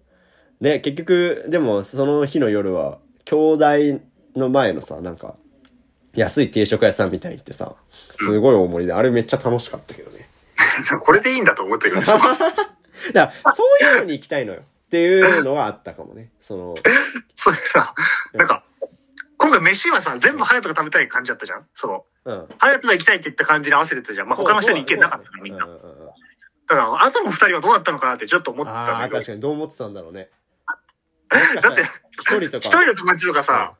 A: ね、結局、でもその日の夜は、兄弟の前のさ、なんか、安い定食屋さんみたいに行ってさ、すごい大盛りで、あれめっちゃ楽しかったけどね。
B: これでいいんだと思ったけど、そう
A: だから、そういうのに行きたいのよ。っていうのはあったかもね。その、
B: そうさ、なんか、今回飯はさ、全部ハヤトが食べたい感じだったじゃんその、
A: うん。
B: ハヤトが行きたいって言った感じに合わせてたじゃん。まあ、他の人に行けなかったからみんな。
A: う
B: だ
A: ううんうん
B: から、あとの二人はどうだったのかなってちょっと思ったん
A: ああ、
B: だ
A: 確
B: け
A: かに、どう思ってたんだろうね。
B: ど。だって、
A: 一人とか。
B: 一人の友達とかさ、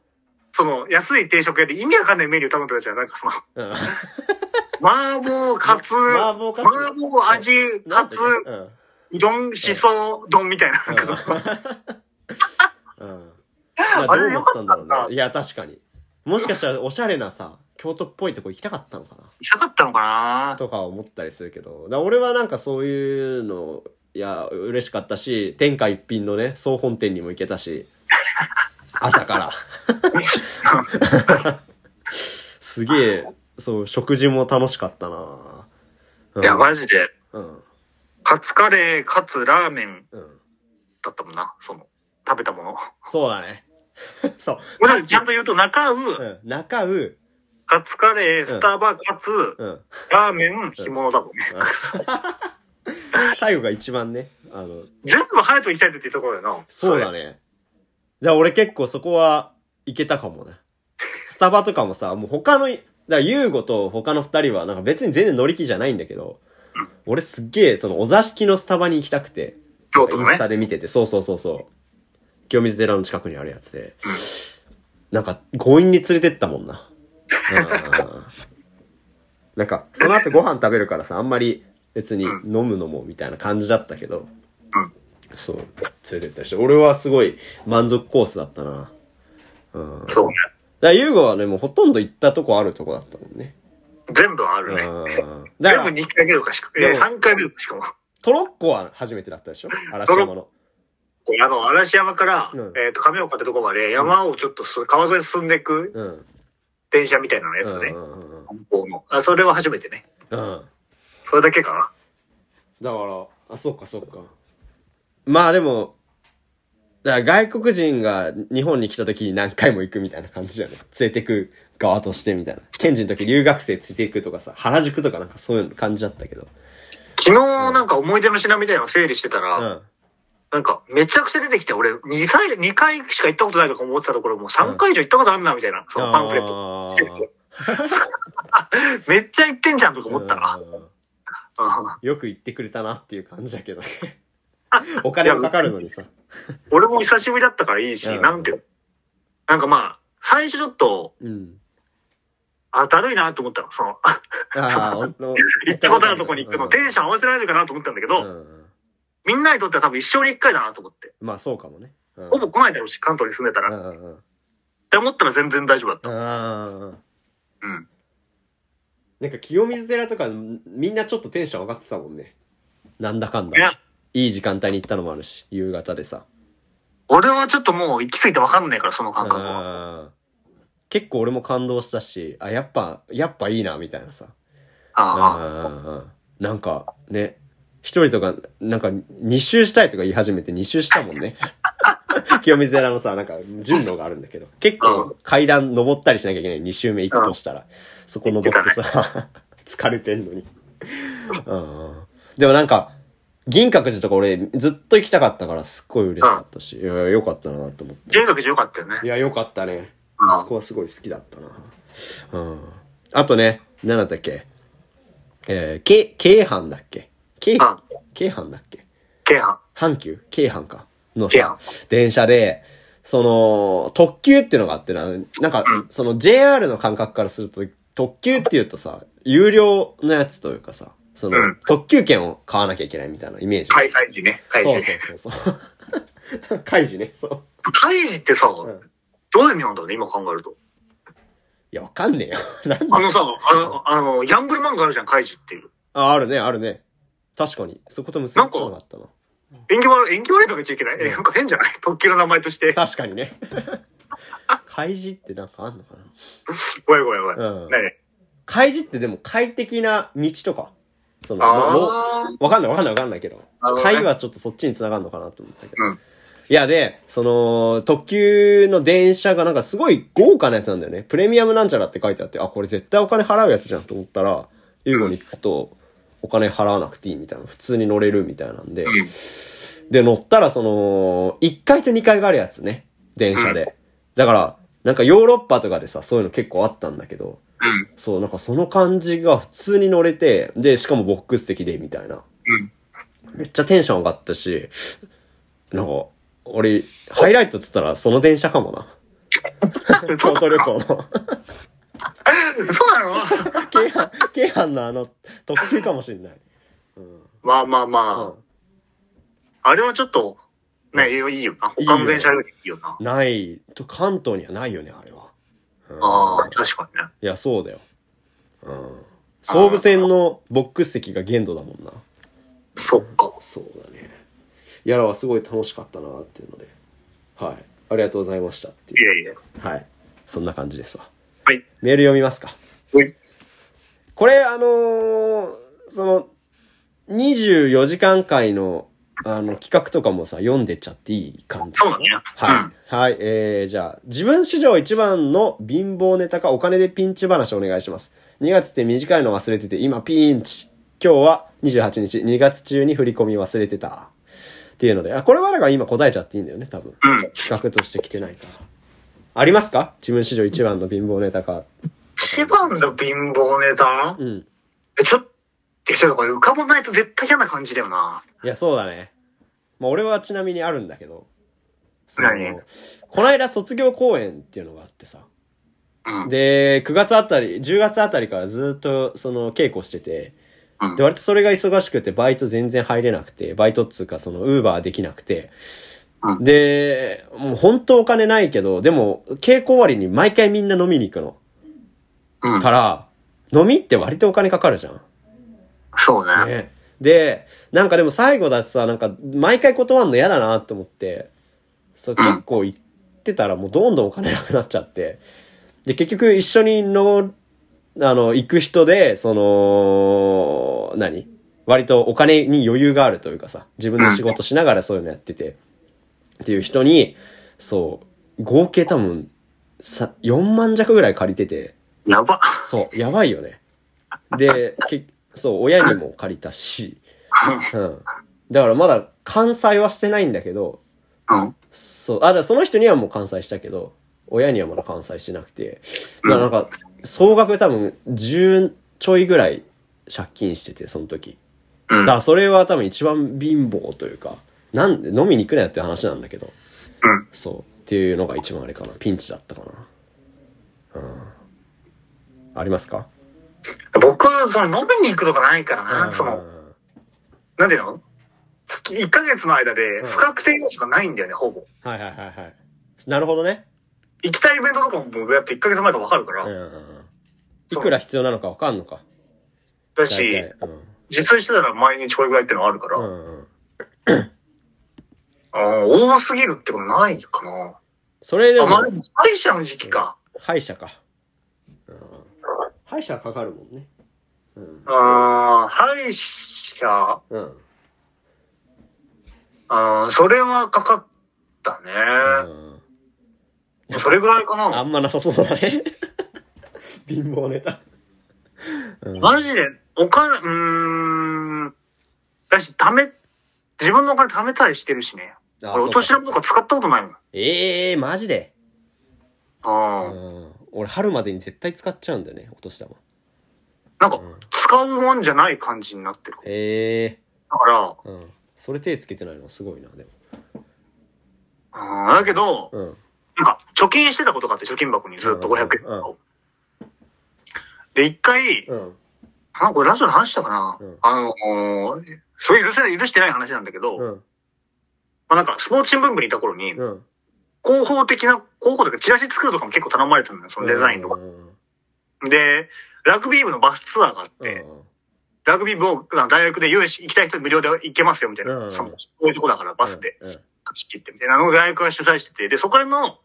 B: その、安い定食屋で意味わかんないメニュー頼んでたじゃん。なんかその、
A: うん、
B: 麻婆カツ、
A: 麻婆カツ。
B: 麻婆味
A: なん
B: カ
A: て
B: ツ
A: 言うの
B: うどんしそ丼みたいななんかその
A: うん。うん。まあ、
B: あ
A: どう思
B: れよ
A: って
B: か
A: た
B: った
A: ん
B: ん
A: だ
B: だ
A: ろうね。いや、確かに。もしかしたら、おしゃれなさ、京都っぽいとこ行きたかったのかな
B: 行きたかったのかな
A: とか思ったりするけど。だから俺はなんかそういうの、いや、嬉しかったし、天下一品のね、総本店にも行けたし、朝から。すげえ、そう、食事も楽しかったな、うん、
B: いや、マジで、
A: うん。
B: カツカレー、カツラーメン
A: うん。
B: だったもんな、その、食べたもの。
A: そうだね。 そう。
B: これちゃんと言うと、中
A: う
B: う、
A: ん。中う、
B: カツカレー、スタバ、カツ、
A: うん。
B: ラーメン、干物だもんね。
A: 最後が一番ね、あの、
B: 全部ハヤト行きたいって言ってたところだよな。
A: そうだね。じゃあ俺結構そこはいけたかもね。スタバとかもさ、もう他の、だからユーゴと他の二人はなんか別に全然乗り気じゃないんだけど、俺すっげえそのお座敷のスタバに行きたくて、イ
B: 京都
A: ン
B: の
A: ス
B: ね。
A: タで見てて、そうそうそうそう。清水寺の近くにあるやつで。なんか強引に連れてったもんな。うんなんかその後ご飯食べるからさ、あんまり別に飲むのもみたいな感じだったけど。そう、連れてったりして。俺はすごい満足コースだったな。うん。だか
B: そうね。
A: ら、ユーゴはね、もうほとんど行ったとこあるとこだったもんね。
B: 全部あ
A: う
B: るね。
A: ん。だ
B: 全
A: か
B: 部
A: ら、
B: 2回目とかしか、いや、3回目とかしかも。
A: トロッコは初めてだったでしょ嵐山の。
B: あの、嵐山から、
A: うん
B: えっ、と、亀岡ってとこまで、山をちょっとす、川沿い進んでいく
A: うん。
B: 電車みたいなやつ
A: うんう
B: ね。
A: んうんうん。
B: 観光の。あ、それは初めてね。
A: うん。
B: それだけかな。
A: だから、あ、そうかそうか。まあでも、だから外国人が日本に来た時に何回も行くみたいな感じじゃない連れてく側としてみたいな。ケンジの時留学生連れて行くとかさ、原宿とかなんかそういう感じだったけど。
B: 昨日なんか思い出の品みたいなのを整理してたら、
A: うん。
B: なんかめちゃくちゃ出てきて、俺2回、2回しか行ったことないとか思ってたところ、もう3回以上行ったことあるな、みたいな、そのパンフレット。
A: あ
B: めっちゃ行ってんじゃんとか
A: ー
B: 思ったな。
A: うん
B: うん
A: よく言ってくれたなっていう感じだけどね。 お金もかかるのにさ。
B: 俺も久しぶりだったからいいし、
A: うん
B: なんていうのなんかまあ、最初ちょっと、
A: うん。
B: あ、だるいなと思ったの。その、
A: ああ、ほんと
B: 行ったことあるとこに行くの、
A: うん
B: テンション合わせられるかなと思ったんだけど、
A: うん
B: みんなにとっては多分一生に一回だなと思って。
A: まあそうかもね。うん
B: ほぼ来ないだろうし、関東に住んでたら。
A: う
B: っ
A: んうんうん
B: て思ったら全然大丈夫だった。
A: ああ。
B: うん。
A: なんか清水寺とかみんなちょっとテンション上がってたもんね。なんだかん
B: い
A: だ。
B: や、
A: いい時間帯に行ったのもあるし、夕方でさ。
B: 俺はちょっともう行き過ぎて分かんないから、その感覚は。
A: うん結構俺も感動したし、あ、やっぱ、やっぱいいな、みたいなさ。
B: ああ。
A: なんかね、一人とか、なんか二周したいとか言い始めて二周したもんね。清水寺のさ、なんか順路があるんだけど、結
B: う
A: 構階段登ったりしなきゃいけない。二周目行くとしたら、そこ登ってさ、疲れてんのに。うんでもなんか、銀閣寺とか俺ずっと行きたかったからすっごい嬉しかったし、いや、よかったなと思って。
B: 中学寺よかったよね
A: い。や、よかったね。
B: うん
A: あそこはすごい好きだったな。うん。あとね、何だったっけえー、け、京阪だっけ京
B: うん、
A: 京阪だっけ
B: 京阪。
A: 阪急京阪か。の
B: 京
A: さ
B: 阪、
A: 電車で、その、特急っていうのがあってな、なんか、その JR の感覚からすると、特急っていうとさ、有料のやつというかさ、その、
B: うん
A: 特急券を買わなきゃいけないみたいなイメージ。
B: 開会時ね。開
A: そう
B: 示
A: そ
B: ね。
A: うそうそう。 開示ね、そう。
B: 開示ってさ、
A: ん
B: どういう意味なんだろうね、今考えると。
A: いや、わかんねえよ。 なんで
B: あのさ、あの、あの、ギャンブル漫画あるじゃん、開示っていう。
A: あ、あるね、あるね。確かに。そこと結びつかなかったな。
B: 縁起悪い、縁起悪いとか言っちゃいけない。え、なんか 変じゃない特急の名前と して。
A: 確かにね。開示ってなんかあんのか
B: ごめんごめんごめん。
A: なうん。
B: ね
A: 開示ってでも快適な道とか。その、の
B: ああ。
A: わかんないわかんないわかんないけど
B: なる。ほどね
A: 会はちょっとそっちに繋がるのかなと思ったけど。
B: うん
A: いや、で、その、特急の電車がなんかすごい豪華なやつなんだよね。プレミアムなんちゃらって書いてあって、あ、これ絶対お金払うやつじゃんと思ったら、ユーゴに行くと、お金払わなくていいみたいな。普通に乗れるみたいなんで。
B: うん
A: で、乗ったら、その、1階と2階があるやつね。電車で。だから、なんかヨーロッパとかでさ、そういうの結構あったんだけど、
B: うん。
A: そう、なんかその感じが普通に乗れて、で、しかもボックス席で、みたいな。
B: うん。
A: めっちゃテンション上がったし、なんか、俺、ハイライトっつったらその電車かも な。 京都旅行の。
B: そうなの
A: 京阪、京阪のあの、特急かもしんない。
B: まあまあ
A: う
B: ま
A: ん
B: あ。あれはちょっと、ね、いいよな。
A: いいよ
B: 他の電車よりいいよな。
A: ない、と関東にはないよね、あれは。うん
B: ああ、確かにね。
A: いや、そうだよ。うん。総武線のボックス席が限度だもんな。
B: そっか。
A: そうだね。いやらはすごい楽しかったなっていうので。はい。ありがとうございましたって
B: い
A: いう。
B: やいや。
A: はい。そんな感じですわ。
B: はい。
A: メール読みますか。
B: はい。
A: これ、あのーその、24時間会の、あの、企画とかもさ、読んでっちゃっていい感じ。
B: そうだね。
A: はい。はい。えー、じゃあ、自分史上一番の貧乏ネタかお金でピンチ話お願いします。2月って短いの忘れてて、今ピンチ。今日は28日、2月中に振り込み忘れてた。っていうので、あ、これはだから今答えちゃっていいんだよね、多分。
B: うん。うん。
A: 企画として来てないから。ありますか自分史上一番の貧乏ネタか。
B: 一番の貧乏ネタ
A: うん。
B: え、ちょっと、えちょっとこれ浮かばないと絶対嫌な感じだよな。
A: いや、そうだね。まあ、俺はちなみにあるんだけど。その
B: 何
A: こないだ卒業公演っていうのがあってさ。
B: うん。
A: で、9月あたり、10月あたりからずっとその稽古してて、
B: うん
A: で、割とそれが忙しくて、バイト全然入れなくて、バイトっつうか、その、ウーバーできなくて
B: う、ん
A: で、もう本当お金ないけど、でも、稽古終わりに毎回みんな飲みに行くの。
B: うん
A: か。ら、飲みって割とお金かかるじゃん。
B: そうね。
A: ね、でなんかでも最後だしさなんか毎回断るの嫌だなと思ってそう
B: うん
A: 結構行ってたらもうどんどんお金なくなっちゃってで結局一緒にのあの行く人でその何割とお金に余裕があるというかさ自分の仕事しながらそういうのやっててっていう人にそう合計多分さ4万弱ぐらい借りてて。
B: やば。
A: そう、やばいよね。で、けそう、親にも借りたし、うん。だからまだ完済はしてないんだけど、
B: うん。
A: そう、あ、だからその人にはもう完済したけど、親にはまだ完済してなくて、だからなんか、総額多分10ちょいぐらい借金してて、その時。
B: う
A: だ
B: ん
A: か。らそれは多分一番貧乏というか、なんで飲みに行くなよって話なんだけど、
B: うん
A: そう、っていうのが一番あれかな、ピンチだったかな。うん。ありますか
B: 僕は、その、飲みに行くとかないからな。その、
A: うん
B: なんていうの月、1ヶ月の間で、
A: うん
B: 不確定要素がないんだよね、ほぼ。
A: はいはいはいはい。なるほどね。
B: 行きたいイベントとかも、もうやって1ヶ月前からわかるか
A: うん
B: ら。
A: うんうん。いくら必要なのかわかんのか。
B: だ
A: 大
B: し
A: 体、。うん
B: 実際してたら毎日これぐらいってのはあるから、
A: う
B: あ
A: んうん。
B: あ多すぎるってことないかな。
A: それで
B: あ、ま
A: も
B: あ、、歯医者の時期か。
A: 歯医者か。うん歯医者かかるもんね。うん。
B: ああ、歯医者、
A: うん。
B: あーそれはかかったね。
A: うん
B: それぐらいか
A: あ
B: な。
A: んまなさそうだね。 貧乏ネタ。うん
B: マジで、お金、うーん。だし、貯め、自分のお金貯めたりしてるしね。
A: あ
B: 俺、お年玉とか使ったことないもん。
A: ええー、マジで。う
B: ああ。
A: ん。俺、春までに絶対使っちゃうんだよね、お年玉。
B: なんか
A: うん、
B: 使うもんじゃない感じになってる。
A: ええ
B: だから、
A: ー。うん。それ手つけてないのはすごいな、でも。
B: うん、だけど、
A: うん。
B: なんか、貯金してたことがあって、貯金箱にずっと500円とかを。で、一回、
A: うん。
B: あ、これラジオの話したかな、
A: うん
B: あの、おーそれ許せない、許してない話なんだけど、
A: う
B: ま
A: ん。
B: あなんか、スポーツ新聞部にいた頃に、
A: うん。
B: 広報的な、広報というか、チラシ作るとかも結構頼まれてたのよ、そのデザインとか。
A: うんうん
B: で、ラグビー部のバスツアーがあっ
A: うん
B: て、ラグビー部を大学で有志行きたい人無料で行けますよ、みたいな、
A: うん
B: その、こういうとこだからバスで
A: うんうん
B: 貸し切って、みたいなのを大学が主催してて、で、そこの、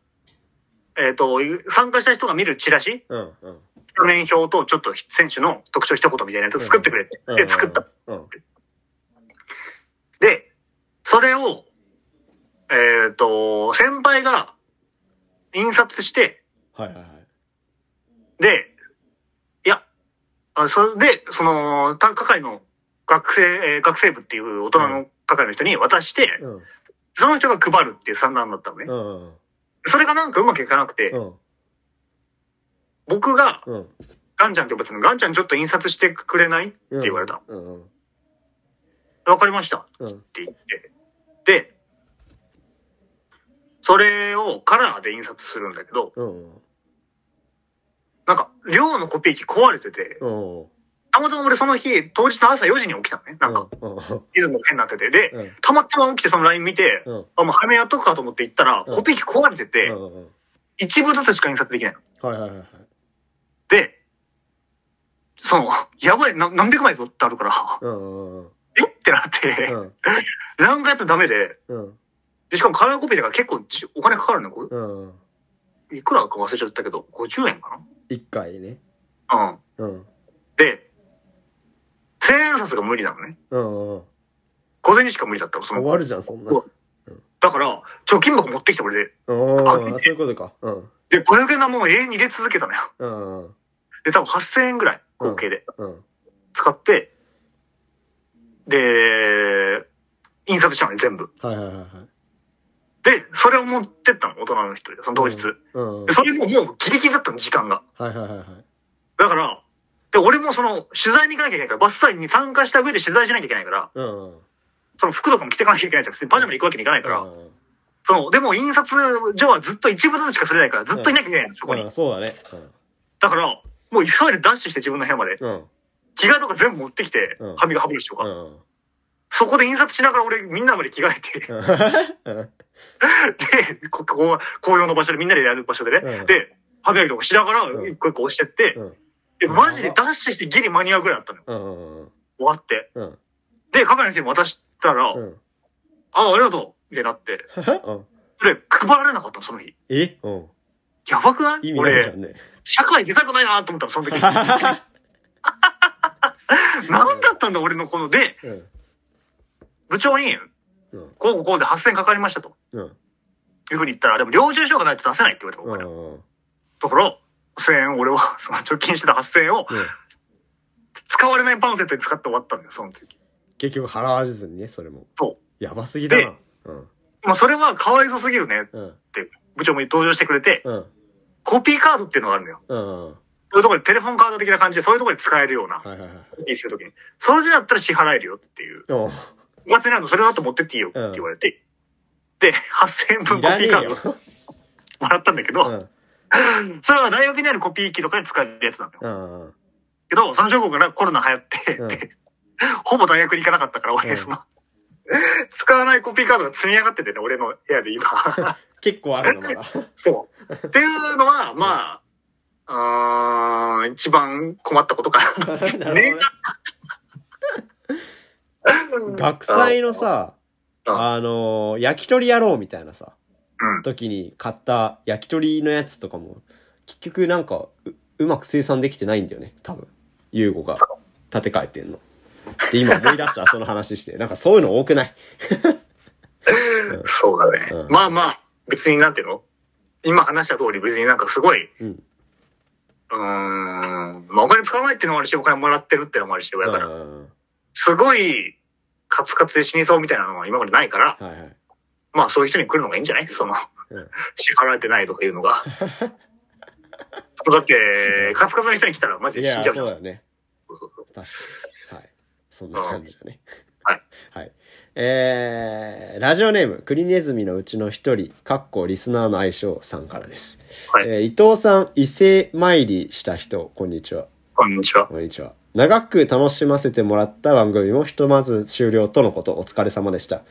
B: えっ、と、参加した人が見るチラシ、
A: うんうん
B: 画面表とちょっと選手の特徴一言みたいなやつを作ってくれて、
A: うん
B: で、作った。
A: うん
B: で、それを、えっ、と、先輩が印刷して、
A: はいはいはい。
B: で、いや、あそれで、その、短科会の学生、えー学生部っていう大人の科会の人に渡して、
A: うん。うん
B: その人が配るっていう算段だったのね。
A: うん
B: それがなんかうまくいかなくて、
A: うん。
B: 僕が
A: うん。って
B: ガンちゃんって呼ばれてたのガンちゃんちょっと印刷してくれないって言われたの。。
A: うんうん。
B: わ、かりましたっ
A: うん。
B: て言って。で、それをカラーで印刷するんだけど、
A: うん。
B: なんか、量のコピー機壊れてて、
A: うん。
B: たまたま俺その日、当日の朝4時に起きたのね。なんか、
A: うん。
B: リズムが変になってて。で、
A: うん。
B: たまたま起きてその LINE 見て、
A: うん。
B: あ、もう早めやっとくかと思って行ったら、
A: うん
B: コピー機壊れてて、
A: うん。
B: 一部ずつしか印刷できないの。
A: はいはいはいはい。
B: で、その、やばい、な何百枚ぞってあるから、
A: うん。うん。
B: えってなって、何回やってもダメで、
A: うん。
B: で、しかもカラーコピーだから結構じお金かかるのこ
A: うん。
B: れいくらか忘れちゃったけど、50円か
A: 一回ね。
B: なうん。
A: うん。
B: で、千円札が無理なのね。
A: うん。うん。
B: 小銭しか無理だったの、そ
A: 終
B: の。
A: わるじゃん、そんな。
B: だから、貯金箱持ってきて俺で。
A: うん。そういうことか。うん。
B: で、500円玉を永遠に入れ続けたのよ。
A: うん。
B: で、多分8000円ぐらい、合計で。
A: うん。
B: 使って、で、印刷したのね、全部。
A: はいはいはいはい。
B: で、それを持ってったの、大人の人で、その同日。
A: うん。
B: でそれももうギリギリだったの、時間が。
A: はいはいはいはい。
B: だから、で、俺もその、取材に行かなきゃいけないから、バスサイに参加した上で取材しなきゃいけないから、
A: うん。
B: その服とかも着てかなきゃいけないじゃん。普通にパジャマで行くわけにいかないから、その、でも印刷所はずっと一部ずつしかすれないから、ずっといなきゃいけないの、そこに。
A: そうだね。
B: だから、もう急いでダッシュして自分の部屋まで、
A: うん。うん。
B: 着替えとか全部持ってきて
A: うん、
B: 歯磨き歯ブラシと
A: う
B: か。
A: ん。
B: そこで印刷しながら俺、みんなまで着替え て、で、ここう、紅葉の場所でみんなでやる場所でね、
A: うん
B: で、歯磨きとかしなが
A: う
B: ら、
A: ん
B: 一個一個押してって、
A: うん
B: で、マジでダッシュしてギリ間に合うぐらいだったのよ。
A: うん。
B: 終わって。
A: うん。
B: で、係の人に渡したら、
A: うん。
B: あ、ありがとうみたいになって、
A: うん。
B: それ配られなかったの、その日。
A: えうん。
B: やばくな
A: 意
B: い
A: 味ないじ
B: 俺
A: ゃ、んね。
B: 社会出たくないなと思ったの、そ の時。なんだったんだ、俺のこの。で、
A: うん。
B: 部長に、
A: うん。
B: こうこうこうで8000かかりましたと。
A: うん。
B: いうふうに言ったら、でも領収書がないと出せないって言われたの
A: う
B: お金
A: ん
B: は。だから、1000円、俺は、 その貯金してた8000円を、使われないパンフレットに使って終わったんだよ、その時。
A: 結局払われずにね、それも。。
B: そう
A: やばすぎだな。うん。
B: まあ、それはかわいそうすぎるね。
A: うん。
B: 部長も登場してくれて、
A: うん。
B: コピーカードっていうのがあるのよ。
A: うん。
B: そういうところでテレフォンカード的な感じで、そういうところで使えるような、
A: はいはいはい。
B: コピーするときに。それでだったら支払えるよっていう。
A: うん。
B: 5月になるの、それだと持ってっていいよって言われて。で、8000円分コ
A: い
B: ピ
A: らねえ
B: ーカード
A: よ。
B: もらったんだけ
A: う
B: ど、
A: ん。
B: それは大学にあるコピー機とかで使えるやつなのよ。
A: うん。
B: けど、その情報からコロナ流行って、
A: うん
B: で ほぼ大学に行かなかったから、
A: う
B: 俺、
A: ん
B: その、使わないコピーカードが積み上がっててね、俺の部屋で今。
A: 結構あるのまだ。
B: そう。っていうのは、まあ、うーん、一番困ったことか な。ね
A: 学祭のさ、
B: うん
A: あのー焼き鳥やろうみたいなさ、
B: うん
A: 時に買った焼き鳥のやつとかも、結局なんかう、うまく生産できてないんだよね、多分。優吾が立て替えてんの。で、今思い出した、その話して。なんかそういうの多くない
B: そうだね。
A: うん
B: まあまあ、別になんていうの今話した通り別になんかすごい、う
A: うん。
B: ーん、まあお金使わないっていうのもあるし、お金もらってるっていうのもあるし、親から。
A: うん
B: すごい、カツカツで死にそうみたいなのは今までないから、
A: はいはい。
B: まあそういう人に来るのがいいんじゃないその
A: うん、
B: 支払えてないとかいうの が。そうだって、カツカツの人に来たらマジ
A: い
B: で死
A: や、
B: んじゃ
A: そう
B: うから。
A: だよね。
B: そうそうそう
A: 確かに。はい。そんな感じだね。
B: はい。
A: はい。えー、ラジオネーム、クリネズミのうちの一人、かっこリスナーの愛称さんからです。
B: はい
A: えー伊藤さん、伊勢参りした人、こんにちは。
B: こんにちは。
A: こんにちは。長く楽しませてもらった番組もひとまず終了とのこと、お疲れ様でした。
B: お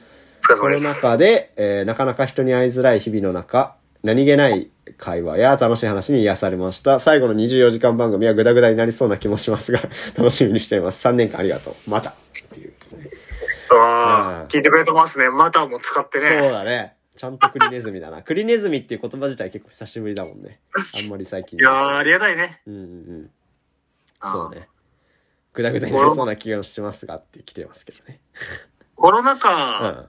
B: 疲れ
A: コ
B: 様
A: ロナ
B: です。
A: 禍で、えーなかなか人に会いづらい日々の中、何気ない会話や楽しい話に癒されました。最後の24時間番組はグダグダになりそうな気もしますが、 楽しみにしています。3年間ありがとう。また。っていう。
B: うわ
A: うん
B: あ、聞いてくれてますね。またも使って
A: そう
B: ね。
A: だね。ちゃんとクリネズミだな。クリネズミっていう言葉自体結構久しぶりだもんね。あんまり最近。
B: いやーありがたいね。
A: うんうんうん。
B: あー
A: そうね。グダグダになりそうな気がしてますがって来てますけどね。
B: コロナ
A: う
B: 禍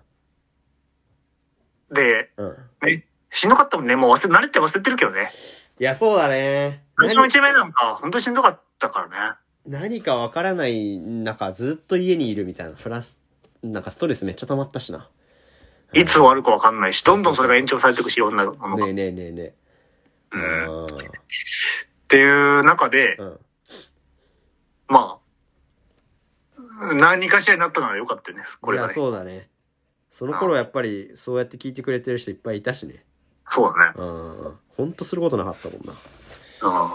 A: ん。
B: で、
A: うん。
B: ね、しんどかったもんね。もう忘れ、慣れて忘れてるけどね。
A: いや、そうだね。
B: 私の
A: 何
B: 一面なんか、本当にしんどかったからね。
A: 何かわからない中、ずっと家にいるみたいな、プラス、なんかストレスめっちゃ溜まったしな。
B: いつ終わるかわかんないし、どんどんそれが延長されていくし、いろんなものが。
A: ねえねえねえねえ。
B: うん。っ
A: うん
B: ていう中で、
A: うん。
B: まあ、何かしらになったのは良かったよね、こ
A: い
B: れが
A: や、
B: ね。
A: そうだね。その頃やっぱり、そうやって聞いてくれてる人いっぱいいたしね。
B: そうだね。
A: うん。ほんとすることなかったもんな。
B: うん。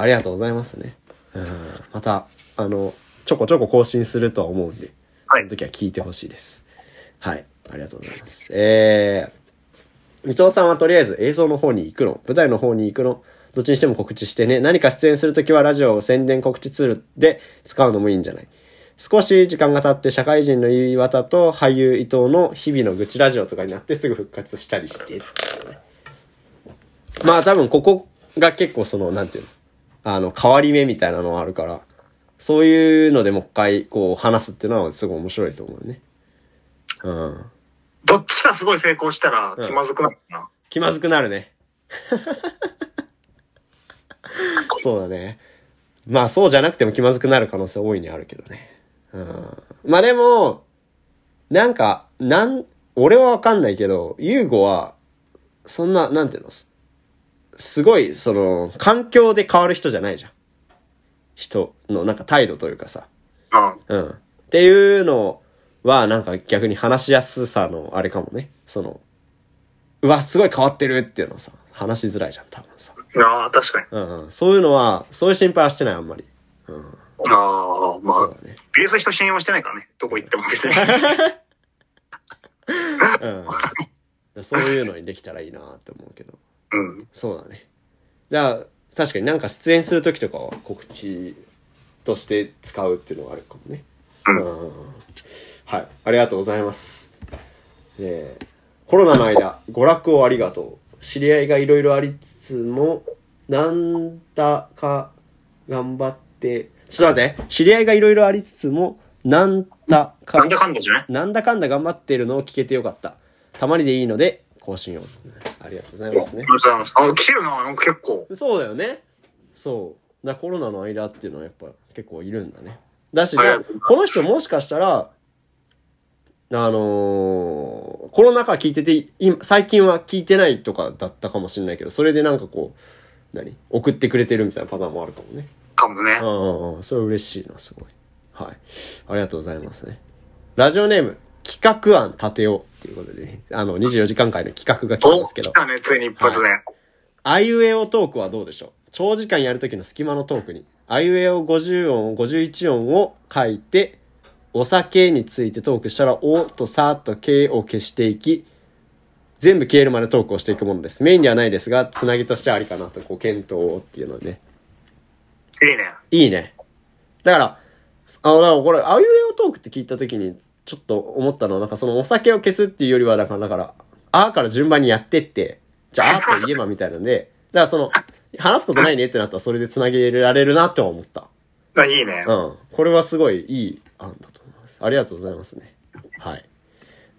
A: ありがとうございますね。うん。また、あの、ちょこちょこ更新するとは思うんで、
B: はい
A: その時は聞いてほしいです。はい。ありがとうございます。えー、伊藤さんはとりあえず映像の方に行くの、舞台の方に行くの、どっちにしても告知してね、何か出演するときはラジオを宣伝告知ツールで使うのもいいんじゃない少し時間が経って社会人の言い渡と俳優伊藤の日々の愚痴ラジオとかになってすぐ復活したりして。まあ多分ここが結構その、なんていうのあの、変わり目みたいなのがあるから、そういうのでもう一回こう話すっていうのはすごい面白いと思うね。うん。
B: どっちがすごい成功したら気まずくなるな。
A: 気まずくなるね。 そうだね。まあそうじゃなくても気まずくなる可能性大いにあるけどね。うん。まあでも、なんか、なん、俺はわかんないけど、ユーゴは、そんな、なんていうの、すすごい、その、環境で変わる人じゃないじゃん。人の、なんか態度というかさ。う
B: うん。
A: ん。っていうのは、なんか逆に話しやすさのあれかもね。その、うわ、すごい変わってるっていうのはさ、話しづらいじゃん、多分さ。
B: ああ、確かに。
A: うん、うん。そういうのは、そういう心配はしてない、あんまり。うん。
B: ああ、ま
A: そ
B: あ
A: う、だね。
B: ベース人信用してないからね。どこ行っても別に。
A: うん。そういうのにできたらいいなって思うけど。
B: うん。
A: そうだね。じゃあ、確かになんか出演するときとかは告知として使うっていうのはあるかもね。うん。はい。ありがとうございます。えーコロナの間、娯楽をありがとう。知り合いがいろいろありつつも、なんだか頑張って、ちょっと待って、知り合いがいろいろありつつも、なんだか、
B: なんだかんだじゃない
A: なんだかんだ頑張ってるのを聞けてよかった。たまにでいいので、更新を。ありがとうございますね
B: ありがと。うございます。あ、来てるな、なんか結構。
A: そうだよねそうだからコロナの間っていうのはやっぱ結構いるんだねだし、
B: はい
A: じゃあこの人もしかしたらあのーコロナ禍聞いてて今最近は聞いてないとかだったかもしれないけどそれでなんかこう何送ってくれてるみたいなパターンもあるかもね
B: かもね
A: う。んうんうんそれ嬉しいなすごいはいありがとうございますねラジオネーム企画案立てようっていうことで、ね、あの24時間会の企画が来たん
B: お、
A: ですけ
B: 来
A: ど
B: たね、ついに一発ね。
A: あいうえおトークはどうでしょう長時間やるときの隙間のトークに、あいうえお50音、51音を書いて、お酒についてトークしたら、おとさとけを消していき、全部消えるまでトークをしていくものです。メインではないですが、つなぎとしてはありかなと、こう、検討をっていうのでね。
B: いいね。
A: いいね。だから、あの、だからこれ、あいうえおトークって聞いたときに、ちょっと思ったのは、なんかそのお酒を消すっていうよりは、なんか、だから、あーから順番にやってって、じゃあ、あーって言えばみたいなんで、だからその、話すことないねってなったら、それで繋げられるなって思った。
B: あいいね。
A: うん。これはすごいいい案だと思います。ありがとうございますね。はい。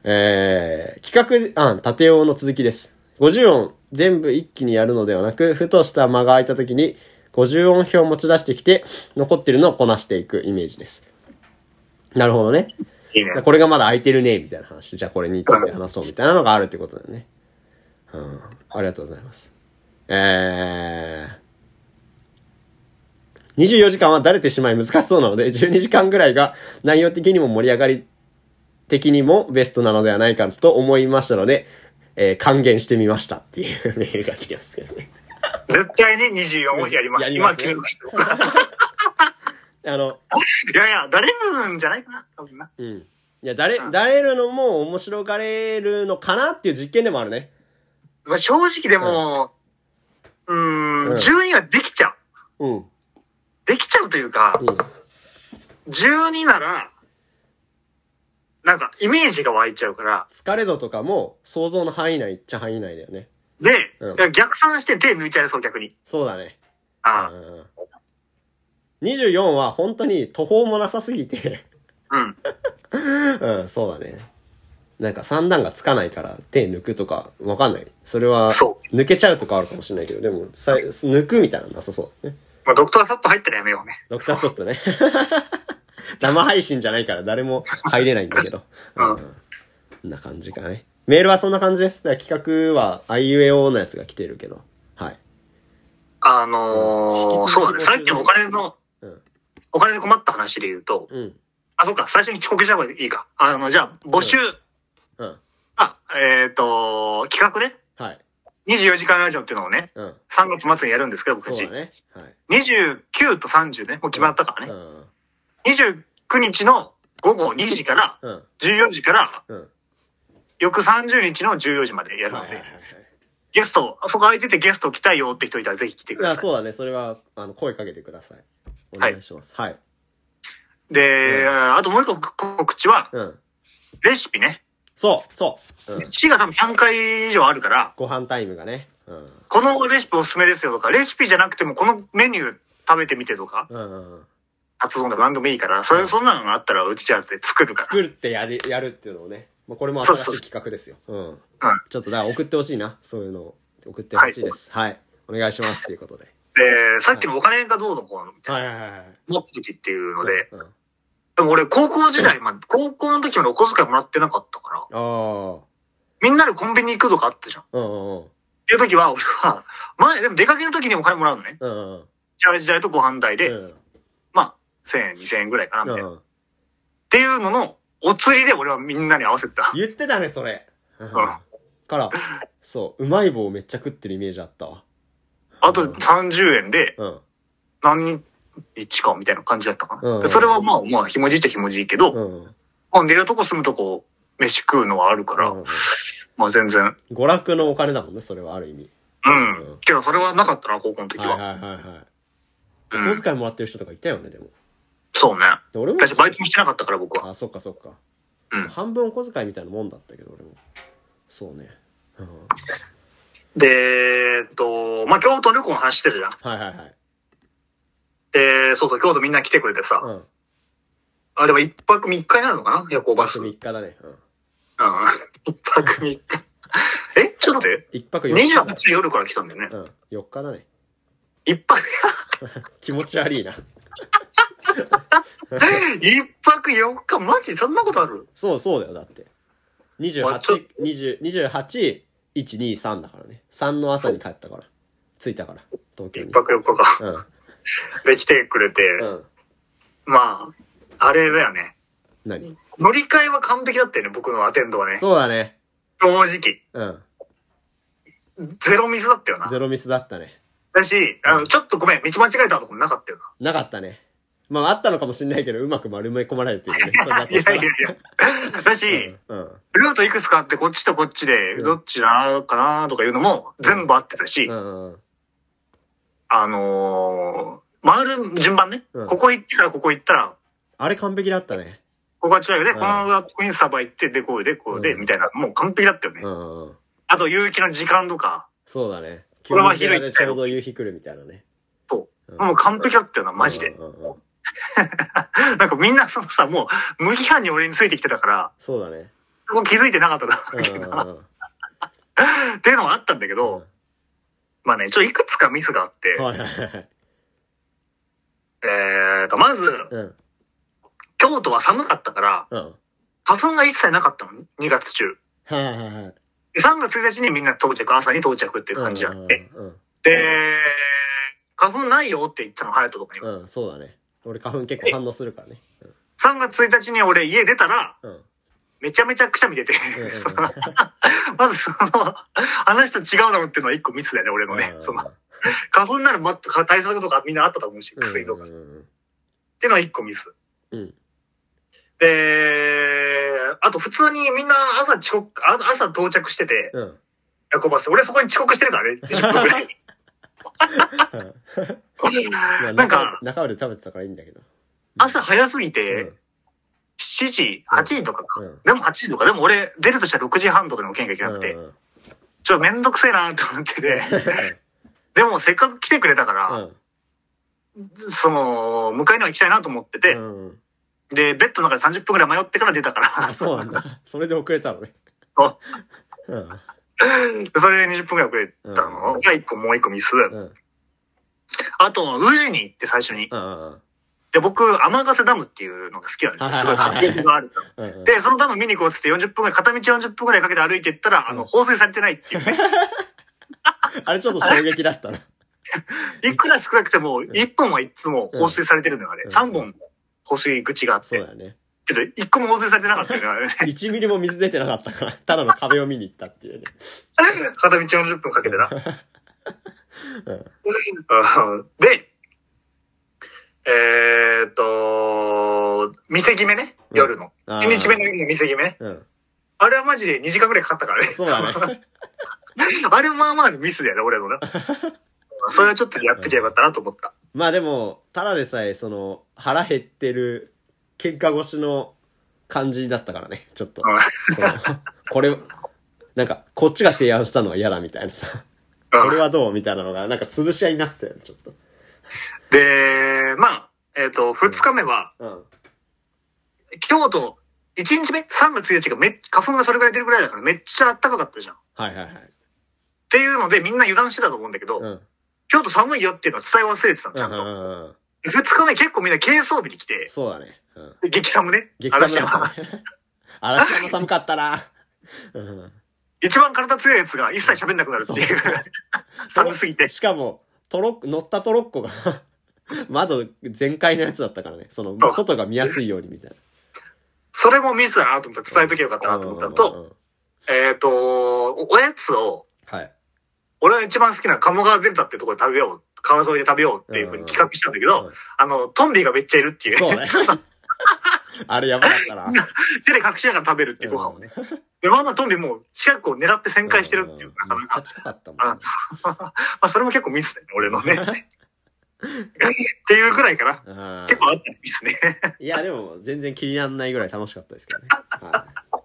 A: えー、企画案、縦用の続きです。50音全部一気にやるのではなく、ふとした間が空いた時に、50音表を持ち出してきて、残ってるのをこなしていくイメージです。なるほどね。
B: いいね。
A: これがまだ空いてるね、みたいな話。じゃあこれについて話そう、みたいなのがあるってことだよね。うん。ありがとうございます。えー、24時間はだれてしまい難しそうなので、12時間ぐらいが内容的にも盛り上がり的にもベストなのではないかと思いましたので、えー、還元してみましたっていうメールが来てますけどね。
B: 絶対に24をやります。
A: やりま
B: 今
A: す
B: 決
A: ね
B: めました。
A: あの、
B: いやいや、誰もんじゃないかな、多分な。
A: うん。いや、だれ、だれるのも面白がれるのかなっていう実験でもあるね。
B: まあ、正直でも、うーん、
A: うん
B: 12ができちゃう。
A: うん。うん。
B: できちゃうというか、12なら、なんかイメージが湧いちゃうから、
A: 疲れ度とかも想像の範囲内っちゃ範囲内だよね。
B: で、
A: うん
B: いや逆算して手抜いちゃいそう、逆に。
A: そうだね。
B: あ
A: うん、24は本当に途方もなさすぎて、
B: あ、うん。
A: うん、そうだね。なんか三段がつかないから手抜くとかわかんない。それは
B: そ
A: 抜けちゃうとかあるかもしれないけど、でもさい抜くみたいなのなさそうだね。
B: まあ、ドクターサップ入ったらやめようね。
A: ドクターストップね。 生配信じゃないから誰も入れないんだ けど。
B: うん
A: こんな感じかね。メールはそんな感じです。だから企画は IUAO のやつが来てるけど。はい。
B: あの
A: うん
B: ー、そうだね。さっきのお金の、
A: うん
B: お金で困った話で言うと、
A: うん。
B: あ、そっか、最初に遅刻した方がいいか。あの、じゃあ、募集、
A: うん。
B: あ、えっ、と、企画ね。
A: はい。
B: 24時間ラジオっていうのをね、
A: うん。
B: 3月末にやるんですけど、僕
A: そ
B: た
A: う
B: ち。
A: だね。はい。
B: 29と30ね、もう決まったから
A: う
B: ね。
A: ん。
B: 29日の午後2時から、
A: うん。
B: 14時から、
A: うん。
B: 翌30日の14時までやる
A: はいは
B: の
A: いはい
B: で
A: は、
B: ゲスト、そこ空いててゲスト来たいよって人いたらぜひ来て
A: い。
B: く
A: あ
B: ださ
A: そうだね。それは、あの、声かけてください。お願いします。はい。
B: い。で、あともう一個告知は、
A: うん。
B: レシピね。
A: そう、そう。うん。
B: 1が多分3回以上あるから、
A: ご飯タイムがね。うん。
B: このレシピおすすめですよとか、レシピじゃなくてもこのメニュー食べてみてとか、
A: うんうんうん。
B: 発音とか何でもいいから、それ、そんなのがあったらうちじゃで作るから。
A: 作るってやり、やるっていうのをね。まあ、これも新し
B: そうそう
A: い企画ですよ。うん。
B: うん
A: ちょっと、だから送ってほしいな。そういうのを送ってほしいです。はい。お願いします。ということで。
B: で、さっきのお金がどうのこうのみたい
A: はいはいはいはい。
B: な、持った時っていうので、
A: うん。あ
B: でも俺高校時代、まあ高校の時までお小遣いもらってなかったか
A: あ
B: ら、
A: ー。
B: みんなでコンビニ行くとかあったじゃん。っ
A: うんうんうん。
B: ていう時は、俺は、前、でも出かける時にお金もらうのね。
A: うんうんうん。
B: チャージ代とご飯代で、
A: うん
B: まあ、1000円、2000円ぐらいかな、み
A: う
B: たいな。っ
A: んうん。
B: ていうのの、お釣りで俺はみんなに合わせた。
A: 言ってたね、それ。うん。
B: ん
A: から、そう、うまい棒めっちゃ食ってるイメージあったわ。
B: あと30円で、
A: うん。
B: 何日かみたいな感じだったかな。
A: うん
B: でそれはまあ、まあ、ひもじいっちゃひもじいけど、
A: うん。うん
B: まあ、寝るとこ住むとこ、飯食うのはあるから、まあ全然。
A: 娯楽のお金だもんね、それはある意味。
B: うん。
A: うん
B: けど、それはなかったな、高校の時
A: はい
B: は。
A: はいはいはい。
B: う
A: お小
B: ん、
A: 遣いもらってる人とかいたよね、でも。
B: そうね。
A: で俺も。
B: 私、バイトもしてなかったから、僕は。
A: あ、そっかそっか。
B: うん
A: 半分お小遣いみたいなもんだったけど、俺も。そうね。うん、
B: で、えっと、まあ、京都旅行の話してるじゃん。
A: はいはいはい。
B: で、そうそう、京都みんな来てくれてさ。
A: うん。
B: あ、でも一泊三日になるのかな夜行バス。
A: 一泊
B: うん。
A: 3日だね。うん。
B: 一泊三日。えちょっと待って。
A: 一泊4日だ。
B: 28日夜から来たんだよね。
A: うん。4日だね。
B: 一泊、
A: 気持ち悪いな。
B: 一泊四日マジそんなことある
A: そうそうだよ、だって。
B: あちょ
A: 28、20 28、123だからね。3の朝に帰ったから。着いたから、東京
B: 一
A: に。
B: 泊四日か。
A: うん。
B: で、来てくれて。
A: うん。
B: まあ、あれだよね。
A: 何
B: 乗り換えは完璧だったよね、僕のアテンドはね。
A: そうだね。
B: 正直。
A: うん。
B: ゼロミスだったよな。
A: ゼロミスだったね。
B: だし、あの、ちょっとごめん、道間違えたとこなかったよ
A: なかったね。まあ、あったのかもしれないけど、うまく丸め込まれるっていう ね。それ
B: な。
A: だ
B: い
A: とし
B: や
A: た
B: い
A: ら
B: やいや。だし、
A: うん。うん
B: ルートいくつかあって、こっちとこっちで
A: う、ん
B: どっちなのかなとかいうのも全部合ってたし、
A: うんうん。
B: あのー、回る順番ね。
A: うん
B: ここ行ってからここ行ったら、
A: あれ完璧だったね。
B: ここは違うよね。
A: うん
B: このここにサバ行って、で、こうで、こうで、
A: うん
B: みたいな。もう完璧だったよね。
A: うんうんうん。
B: あと、有機の時間とか、
A: そうだね。
B: これは
A: 急に
B: 広い
A: ちょうど夕日来るみたいなね。
B: そ
A: うん。
B: もう完璧だったよな、マジで。
A: うんうんうん。
B: なんかみんなそのさ、もう無批判に俺についてきてたから、
A: そうだね。
B: そこ気づいてなか っただ
A: うん
B: ろうけ
A: う
B: ど
A: ん
B: な。
A: うん
B: っていうのはあったんだけど、
A: うん
B: まあね、ちょ、いくつかミスがあって、
A: はいはいはい。
B: えーと、まず、
A: うん。
B: 京都は寒かったから、
A: うん。
B: 花粉が一切なかったの、2月中。
A: はいはいはい。
B: で3月1日にみんな到着、朝に到着っていう感じあって。
A: うん
B: で、花粉ないよって言ったの、隼人とかに
A: う
B: は。
A: んうん。うん、そうだね。俺花粉結構反応するからね。
B: 3月1日に俺家出たら、
A: うん。うん
B: めちゃめちゃくしゃみ出て、
A: うんうん
B: そのまずその、話と違うのっていうのは一個ミスだよね、俺のね。その、花粉ならもっと対策とかみんなあったと思うし、薬とか。
A: うんうん
B: っていうのは一個ミス。
A: うん
B: で、あと普通にみんな朝遅刻、あ朝到着してて、
A: うん。うん。
B: 夜行バス。俺そこに遅刻してるからね、20分ぐらい。
A: まあ
B: なんか、
A: 中丸で食べてたからいいんだけど。
B: 朝早すぎ
A: う
B: て
A: ん、
B: 7時、8時とかか。
A: うん。
B: でも8時とか、でも俺出るとしたら6時半とかでも起きなきゃいけなくて、
A: うんうん
B: ちょっとめんどくせえなと思ってて、でもせっかく来てくれたから、その、迎えには行きたいなと思ってて、
A: うん。うん
B: で、ベッドの中で30分ぐらい迷ってから出たか
A: あ、
B: ら、
A: そうなんだ。それで遅れたのね。
B: あ
A: うん。
B: それで20分ぐらい遅れた
A: う
B: の
A: ん
B: が1個もう1個ミス。
A: うん。
B: あと、宇治に行って最初に。
A: うん。
B: で、僕、天ヶ瀬ダムっていうのが好きなんですよ。すごい迫力があるから。
A: うん。
B: で、そのダム見に行こうっつって40分ぐらい、片道40分ぐらいかけて歩いてったら、あ
A: う
B: の、
A: ん
B: 放水されてないっていうね。
A: あれちょっと衝撃だったな。
B: いくら少なくても、1本はいつも放水されてるのよ、あれ。
A: うん
B: 3本放水口があっ
A: そう
B: て。
A: だよね。
B: けど、1個も放水されてなかったよね、あれね。
A: 1ミリも水出てなかったから、ただの壁を見に行ったっていうね。
B: 片道40分かけて
A: う
B: な。
A: ん。
B: うんで、えーっと、店決めね、
A: うん
B: 夜の。
A: あー
B: 1日目の夜の店決めね。
A: うん。
B: あれはマジで2時間ぐらいかかったからね。
A: そうだね。
B: あれまあまあミスだよね、俺 のな。それはちょっとやってきゃよかったなと思った。
A: まあでも、ただでさえ、その、腹減ってる、喧嘩越しの感じだったからね、ちょっと。そのこれ、なんか、こっちが提案したのは嫌だみたいなさ。
B: うん
A: これはどうみたいなのが、なんか潰し合いになってたよね、ちょっと。
B: で、まあ、えっ、と、2日目は、
A: うん。
B: 京都、1日目 ?3 月1日がめっ花粉がそれぐらい出るぐらいだからめっちゃ暖かかったじゃん。っ
A: はいはいはい。
B: ていうのでみんな油断してたと思うんだけど、
A: うん。
B: 京都寒いよっていうのは伝え忘れてたの、ちゃん
A: う
B: と。
A: んうんうん。
B: 2日目結構みんな軽装備で来て、
A: そうだね。うん。
B: で激寒ね。
A: 激寒
B: 嵐
A: だ
B: 山。
A: ったね。 嵐山寒かったな。うん。
B: 一番体強いやつが一切喋んなくな るっていう。
A: そう
B: 寒すぎて。
A: しかも、トロッコ、乗ったトロッコが、 窓全開のやつだったからね。その
B: そう、
A: 外が見やすいようにみたい
B: それもミスだなと思って伝えときゃよかった
A: な。
B: なと思ったの
A: う
B: と、
A: んうんうんうん
B: えっ、と、おおやつを、
A: はい。
B: 俺が一番好きな鴨川デルタってところで食べよう。川沿いで食べようっていうふうに企画したんだけど、
A: うん
B: あの、トンビがめっちゃいるっていう。
A: そうね。あれやばかったな。
B: 手で隠しながら食べるっていうご飯をね。で、まあまあトンビもう近くを狙って旋回してるっていう、
A: ん
B: な
A: め
B: か
A: っ
B: な
A: ちゃ近
B: か。
A: かったもんね。
B: まあそれも結構ミスだよね、俺のね。っていうぐらいかな。
A: うん
B: 結構あったねミスね。
A: いや、でも、全然気にならないぐらい楽しかったですけどね。は
B: っ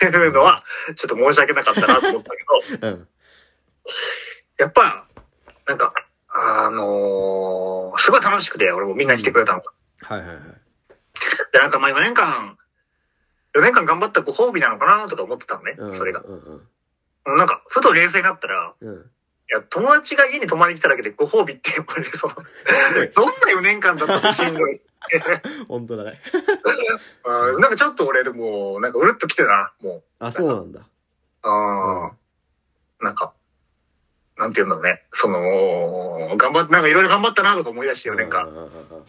B: ていうのは、ちょっと申し訳なかったなと思ったけど、
A: い。うん。
B: やっぱ、なんか、あのーすごい楽しくて、俺もみんな来てくれたの。
A: はいはいはい。
B: で、なんかまあ4年間、4年間頑張ったご褒美なのかなとか思ってたのね、
A: うん
B: それが。
A: うんうん
B: もうなんか、ふと冷静になったら、
A: うん。
B: いや、友達が家に泊まりに来ただけでご褒美って、やっぱりその、
A: すごい。
B: どんな4年間だったってしんどい。
A: 本当だね。
B: うんなんかちょっと俺でも、なんかうるっと来てな、も
A: あ、そうなんだ。
B: う。あーなんか、なんていうんだろうね。その、頑張って、なんかいろいろ頑張ったなとか思い出して4年間。
A: うんうんうんうんう ん。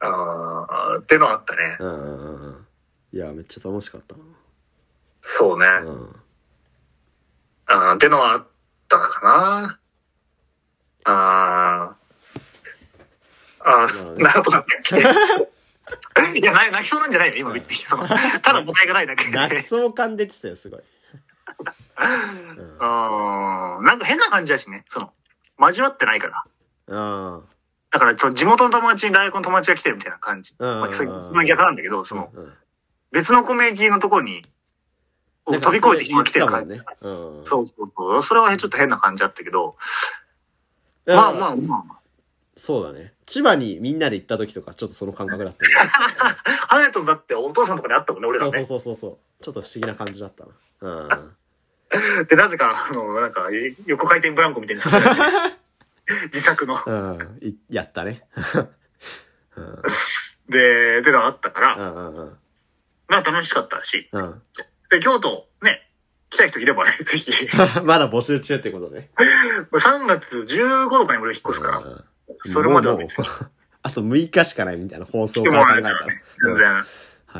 B: あーってのあったね。
A: うんうんうんうん。いや、めっちゃ楽しかった
B: そうね。
A: な。うん。
B: あーってのはあったかな。あーあー、
A: な
B: なるほどなんだっけ。いや、な泣きそうなんじゃないよ、今別に。そのただ答えがないだけで。
A: 泣きそう感出てたよ、 すごい。うん
B: あーなんか変な感じだしね、その、交わってないから。
A: あ
B: だから、その地元の友達に大学の友達が来てるみたいな感じ。
A: あ。
B: まあ、それ
A: うん
B: その逆なんだけど、その、
A: うん
B: 別のコミュニティのところに、
A: うん
B: 飛び越えて今来てる
A: な
B: 感
A: ん
B: じ。
A: かそれ言ってたもんね。うん。
B: そうそうそう。それはちょっと変な感じだったけど、
A: だ
B: ま
A: か
B: あ
A: ら
B: まあまあ。
A: そうだね。千葉にみんなで行った時とか、ちょっとその感覚だった ね。
B: ハヤトだってお父さんとかに会ったもんね、俺ら
A: そ
B: ね。
A: うそうそうそうそう。ちょっと不思議な感じだったな。うん。
B: で、なぜか、あの、なんか、え横回転ブランコみたいな。 自作の。
A: うん。いやったね。 うん。
B: で、ってのがあったか
A: う
B: ら、
A: んうんうん。
B: まあ楽しかったし。
A: うん。
B: で、京都、ね、来たい人いればね、 ぜひ。
A: まだ募集中ってことね。
B: 3月15日に俺引っ越すから、
A: うん
B: それまでは
A: もうもう
B: 別に
A: あと6日しかないみたいな放送か
B: 来てもら
A: ら
B: え
A: 考
B: た
A: えた
B: ら
A: ら
B: ね。、全然
A: うん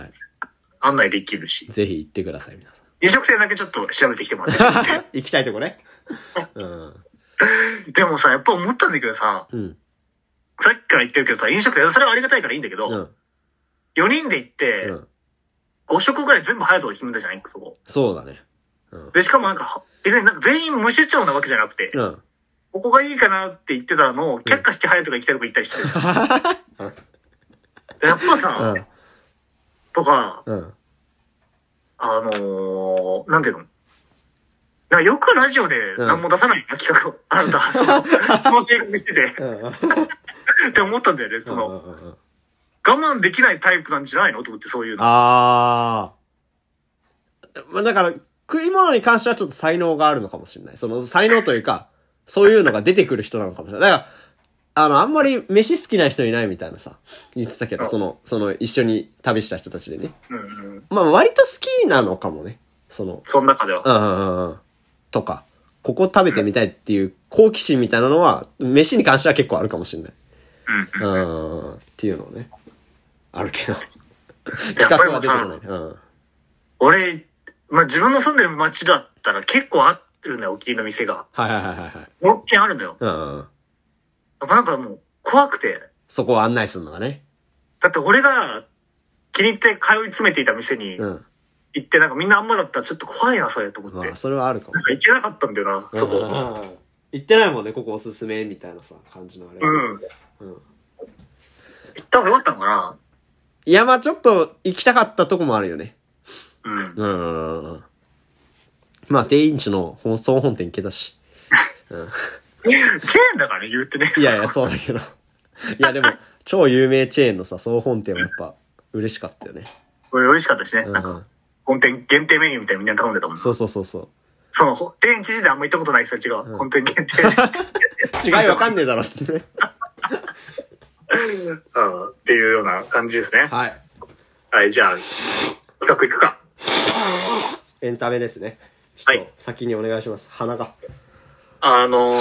A: はい。
B: 案内できるし。
A: ぜひ行ってください、皆さ
B: 飲食店だけちょっと調べてきてもらって。
A: ん。行きたいとこね。うん。
B: でもさ、やっぱ思ったんだけどさ、
A: うん。
B: さっきから言ってるけどさ、飲食店、それはありがたいからいいんだけど、
A: うん。
B: 4人で行って、
A: うん。
B: 5食ぐらい全部ハヤトが決めたじゃないそこ。
A: そうだね。うん。
B: で、しかもなんか、別になんか全員無出張なわけじゃなくて、
A: うん。
B: ここがいいかなって言ってたのを、却下してハヤトが行きたいとこ行ったりしてるじゃん。 でやっぱ
A: う
B: さ、
A: ん。
B: とか、
A: うん。
B: あのー、なんていうのからよくラジオで何も出さないな、企画を。あなた、そ の、もう性格してて、
A: うんうんうん
B: って思ったんだよね。その、
A: うんうんうん
B: 我慢できないタイプなんじゃないのと思って、そういうの。
A: ああ。まあだから、食い物に関してはちょっと才能があるのかもしれない。その才能というか、そういうのが出てくる人なのかもしれない。だから、あの、あんまり飯好きな人いないみたいなさ、言ってたけど、その、その、一緒に旅した人たちでね。
B: うんうん。
A: まあ割と好きなのかもね。その、
B: その中では。
A: うんうんうんうん。とか、ここ食べてみたいっていう好奇心みたいなのは、飯に関しては結構あるかもしれない。
B: うん。
A: うん。っていうのね。あるけど。
B: や
A: 企
B: っぱ
A: 画
B: りも
A: は
B: う
A: 出
B: さ
A: てこない。うん。
B: 俺、まあ、自分の住んでる町だったら結構合ってるんだよ、お気に入りの店が。
A: はいはいはいはいはい。
B: 6軒あるんだよ。
A: うんうん。
B: やっぱなんかもう、怖くて。
A: そこを案内するのがね。
B: だって俺が気に入って通い詰めていた店に
A: うん。
B: 行って、なんかみんなあんまだったらちょっと怖いな、それと思って。
A: ま
B: な
A: あ、
B: んか
A: それはあるかも。
B: 行けなかったんだよな、そこ。
A: うん行ってないもんね、ここおすすめ、みたいなさ、感じのあれ。
B: うん。
A: うん
B: 行った方がよかったのかない
A: や、まあちょっと行きたかったとこもあるよね。
B: うん。
A: うんうんうんうん。まあ、定員地の本総本店行けたし。
B: チェーンだからね、言うてね。
A: いやいや、そうだけど。いや、 でも、超有名チェーンのさ、総本店はやっぱ、嬉しかったよね。
B: こ れ美味しかったしね。
A: うんう
B: なんか、
A: ん。
B: 本店限定メニューみたいにみんな頼んでたもんな
A: そうそうそうそう。
B: その、ほ天知事であんま行ったことない人たちが、
A: ん
B: 本店限 定で。
A: 違いわかんねえだろってね。
B: うんっていうような感じですね。
A: はい。
B: はい、じゃあ、企画いくか。
A: エンタメですね。ちょっ
B: は
A: と
B: い、
A: 先にお願いします。鼻が。
B: あのー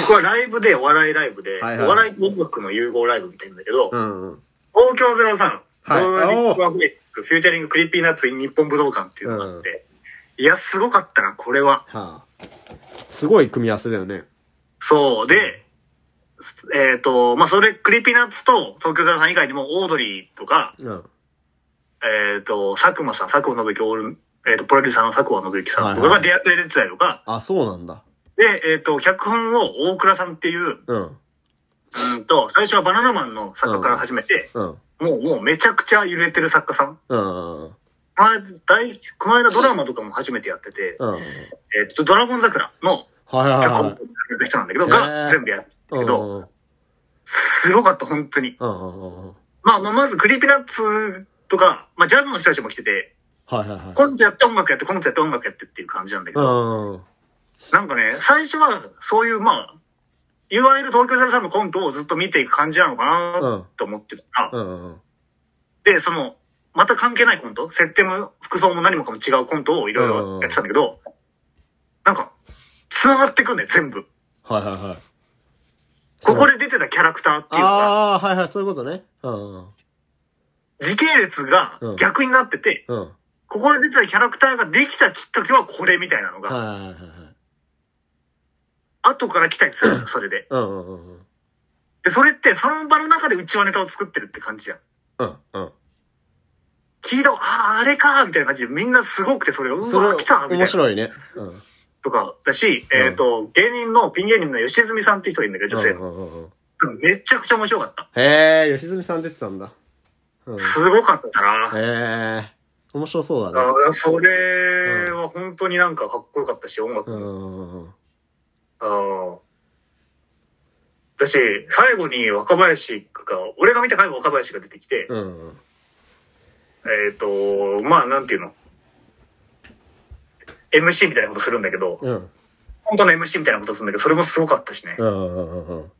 B: 僕はライブで、お笑いライブで、
A: はいはい
B: お笑いと音楽の融合ライブみたいなんだけど、
A: うんうん。
B: 東京ゼロさん、
A: はい
B: ローディックアフレック、フューチャリングクリーピーナッツイン日本武道館っていうのがあって、いや、すごかったな、これは。
A: はあ、すごい組み合わせだよね。
B: そう、で、えっ、と、まあ、それ、クリーピーナッツと東京ゼロさん以外にも、オードリーとか、
A: うん。
B: えっ、と、佐久間さん、佐久間信之、オール、えっ、と、プロデューサーの佐久間信之さんと
A: は
B: か
A: いは
B: が出会って出てたりとか、
A: あ、そうなんだ。
B: で、えっ、と、脚本を大倉さんっていう、う
A: うん。
B: ーんと、最初はバナナマンの作家から始めて、
A: うん。
B: もう、もうめちゃくちゃ揺れてる作家さん。
A: うん。うん。
B: 前、大、この間ドラマとかも初めてやってて、
A: うん。はい
B: えっ、と、ドラゴン桜の
A: はい
B: 脚本をや
A: は
B: ってた人なんだけど、
A: へ
B: が
A: ー
B: 全部やってた
A: い。
B: けど、
A: うん。
B: すごかった、本当に。
A: うんうんうん。
B: まあ、まあ、まずクリーピーナッツとか、まあ、ジャズの人たちも来てて、
A: はいはいはい。
B: コントやって音楽やって、コントやって音楽やってっていう感じなんだけ
A: う
B: ど、
A: ん。うん
B: なんかね、最初はそういう、まあ、いわゆる東京03のコントをずっと見ていく感じなのか
A: うん
B: なと思ってたら、
A: うん。
B: で、その、また関係ないコント、設定も服装も何もかも違うコントをいろいろやってたんだけど、なんか、繋がってくんだよ、全部。
A: はいはいはい。
B: ここで出てたキャラクターっていうのが、
A: ああ、はいはい、そういうことね。うんうん。
B: 時系列が
A: うん
B: 逆になってて、
A: うん。はい
B: ここで出てたキャラクターができたきっかけはこれみたいなのが、
A: はいはいはい。
B: 後から来たりするのよそれで。
A: うんうんうんうん。
B: で、それって、その場の中でうちわネタを作ってるって感じじゃん。
A: うんうん。
B: 聞いた、ああ、あれかみたいな感じで、みんなすごくて、それ、う
A: それ
B: わ、来たみたい
A: 面
B: な。
A: 白いね。うん。
B: とか、だし、えっ、と、芸人の、ピン芸人の吉住さんって人がいるんだけど、女性
A: うん
B: の。
A: うんうんうん。
B: めちゃくちゃ面白かった。
A: へえ、良純さん出てたんだ。うん。へ
B: すごかったな。
A: え、面白そうだね。
B: あそれは本当になんかかっこよかったし、音楽
A: う
B: も。
A: んうんうんうん。
B: ああだし、最後に若林が、俺が見た回も若林が出てきて、
A: うんうん。
B: えっ、と、まあ、なんていうの。MC みたいなことするんだけど、
A: うん。
B: 本当の MC みたいなことするんだけど、それもすごかったしね。
A: うんうんうんうん。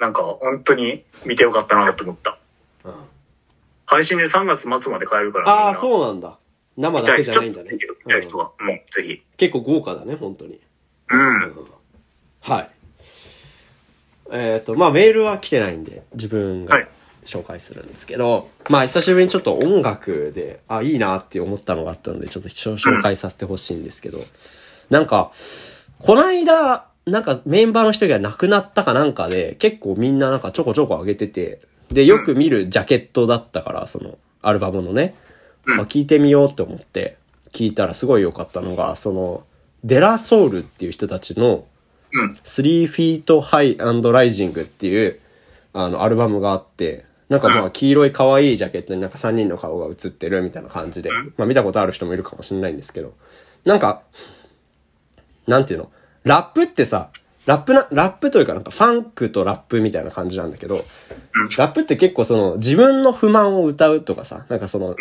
B: なんか、本当に見てよかったなと思った。
A: うん
B: 配信で3月末まで買えるから、
A: ああ、
B: う
A: そうなんだ。生
B: 見た
A: だけ
B: い
A: じ
B: 人
A: ゃ
B: ち
A: な
B: ょ
A: い
B: っ
A: ん
B: と
A: だね
B: 見。たい人は、もうぜひ。
A: うん結構豪華だね、本当に。
B: うん。
A: はい。えっ、と、まあメールは来てないんで、自分
B: は
A: が
B: い
A: 紹介するんですけど、まあ久しぶりにちょっと音楽で、あ、いいなって思ったのがあったので、ちょっと紹介させてほしいんですけど、なんか、こないだ、なんかメンバーの一人が亡くなったかなんかで、結構みんななんかちょこちょこ上げてて、で、よく見るジャケットだったから、その、アルバムのね、
B: うん
A: まあ聞いてみようって思って、聞いたらすごい良かったのが、その、デラソウルっていう人たちの、
B: うん。
A: 3フィートハイライジングっていう、あの、アルバムがあって、なんかま
B: う
A: あ、黄色い可愛いジャケットになんか3人の顔が映ってるみたいな感じで
B: ん、
A: まあ見たことある人もいるかもしれないんですけど、なんか、なんていうのラップってさ、ラップな、ラップというかなんかファンクとラップみたいな感じなんだけど、ラップって結構その自分の不満を歌うとかさ、なんかその、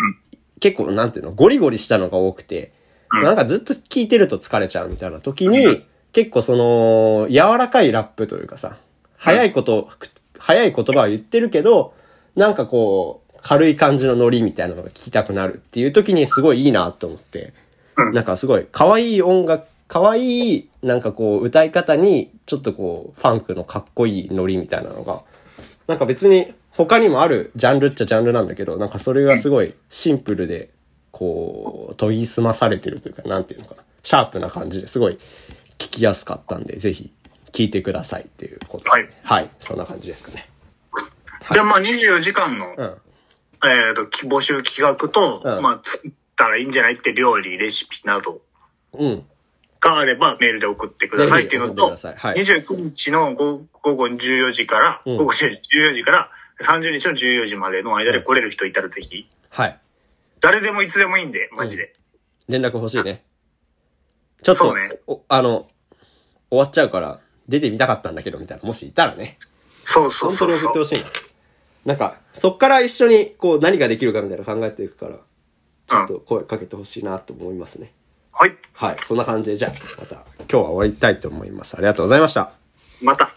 A: 結構なんていうの、ゴリゴリしたのが多くて、なんかずっと聴いてると疲れちゃうみたいな時に、結構その、柔らかいラップというかさ、早いこと、く早い言葉は言ってるけど、なんかこう、軽い感じのノリみたいなのが聞きたくなるっていう時にすごいいいなと思って、なんかすごい可愛い音楽、可愛いなんかこう歌い方にちょっとこうファンクのかっこいいノリみたいなのが、なんか別に他にもあるジャンルっちゃジャンルなんだけど、なんかそれがすごいシンプルで、こう、研ぎ澄まされてるというか、なんていうのかな。シャープな感じですごい聞きやすかったんで、ぜひ聞いてくださいっていうことで。
B: はい
A: はい。そんな感じですかね。
B: じゃあまあ24時間の、
A: うん。
B: えっ、と、き募集企画と、
A: うん
B: まあ作ったらいいんじゃないって料理、レシピなど
A: うん。
B: があればメールで送ってくださいってい
A: ぜ
B: うの
A: ひ送
B: と、
A: ってくださいはい
B: 29日の午午後14時から、
A: うん
B: 午後14時から30日の14時までの間で来れる人いたらぜひ、
A: はい。
B: 誰でもいつでもいいんで、マジで。
A: 連絡欲しいね。ちょっ
B: そ
A: と、
B: うね
A: おあの、終わっちゃうから、出てみたかったんだけど、みたいな、もしいたらね。
B: そうそう
A: 本当
B: そ
A: に
B: う
A: 送
B: そ
A: って
B: う。
A: ほしいな。なんか、そっから一緒に、こう、何ができるかみたいなの考えていくから、ちょっと声かけてほしいなと思いますね。
B: はい、
A: はい。そんな感じで、じゃあ、また、今日は終わりたいと思います。ありがとうございました。
B: また。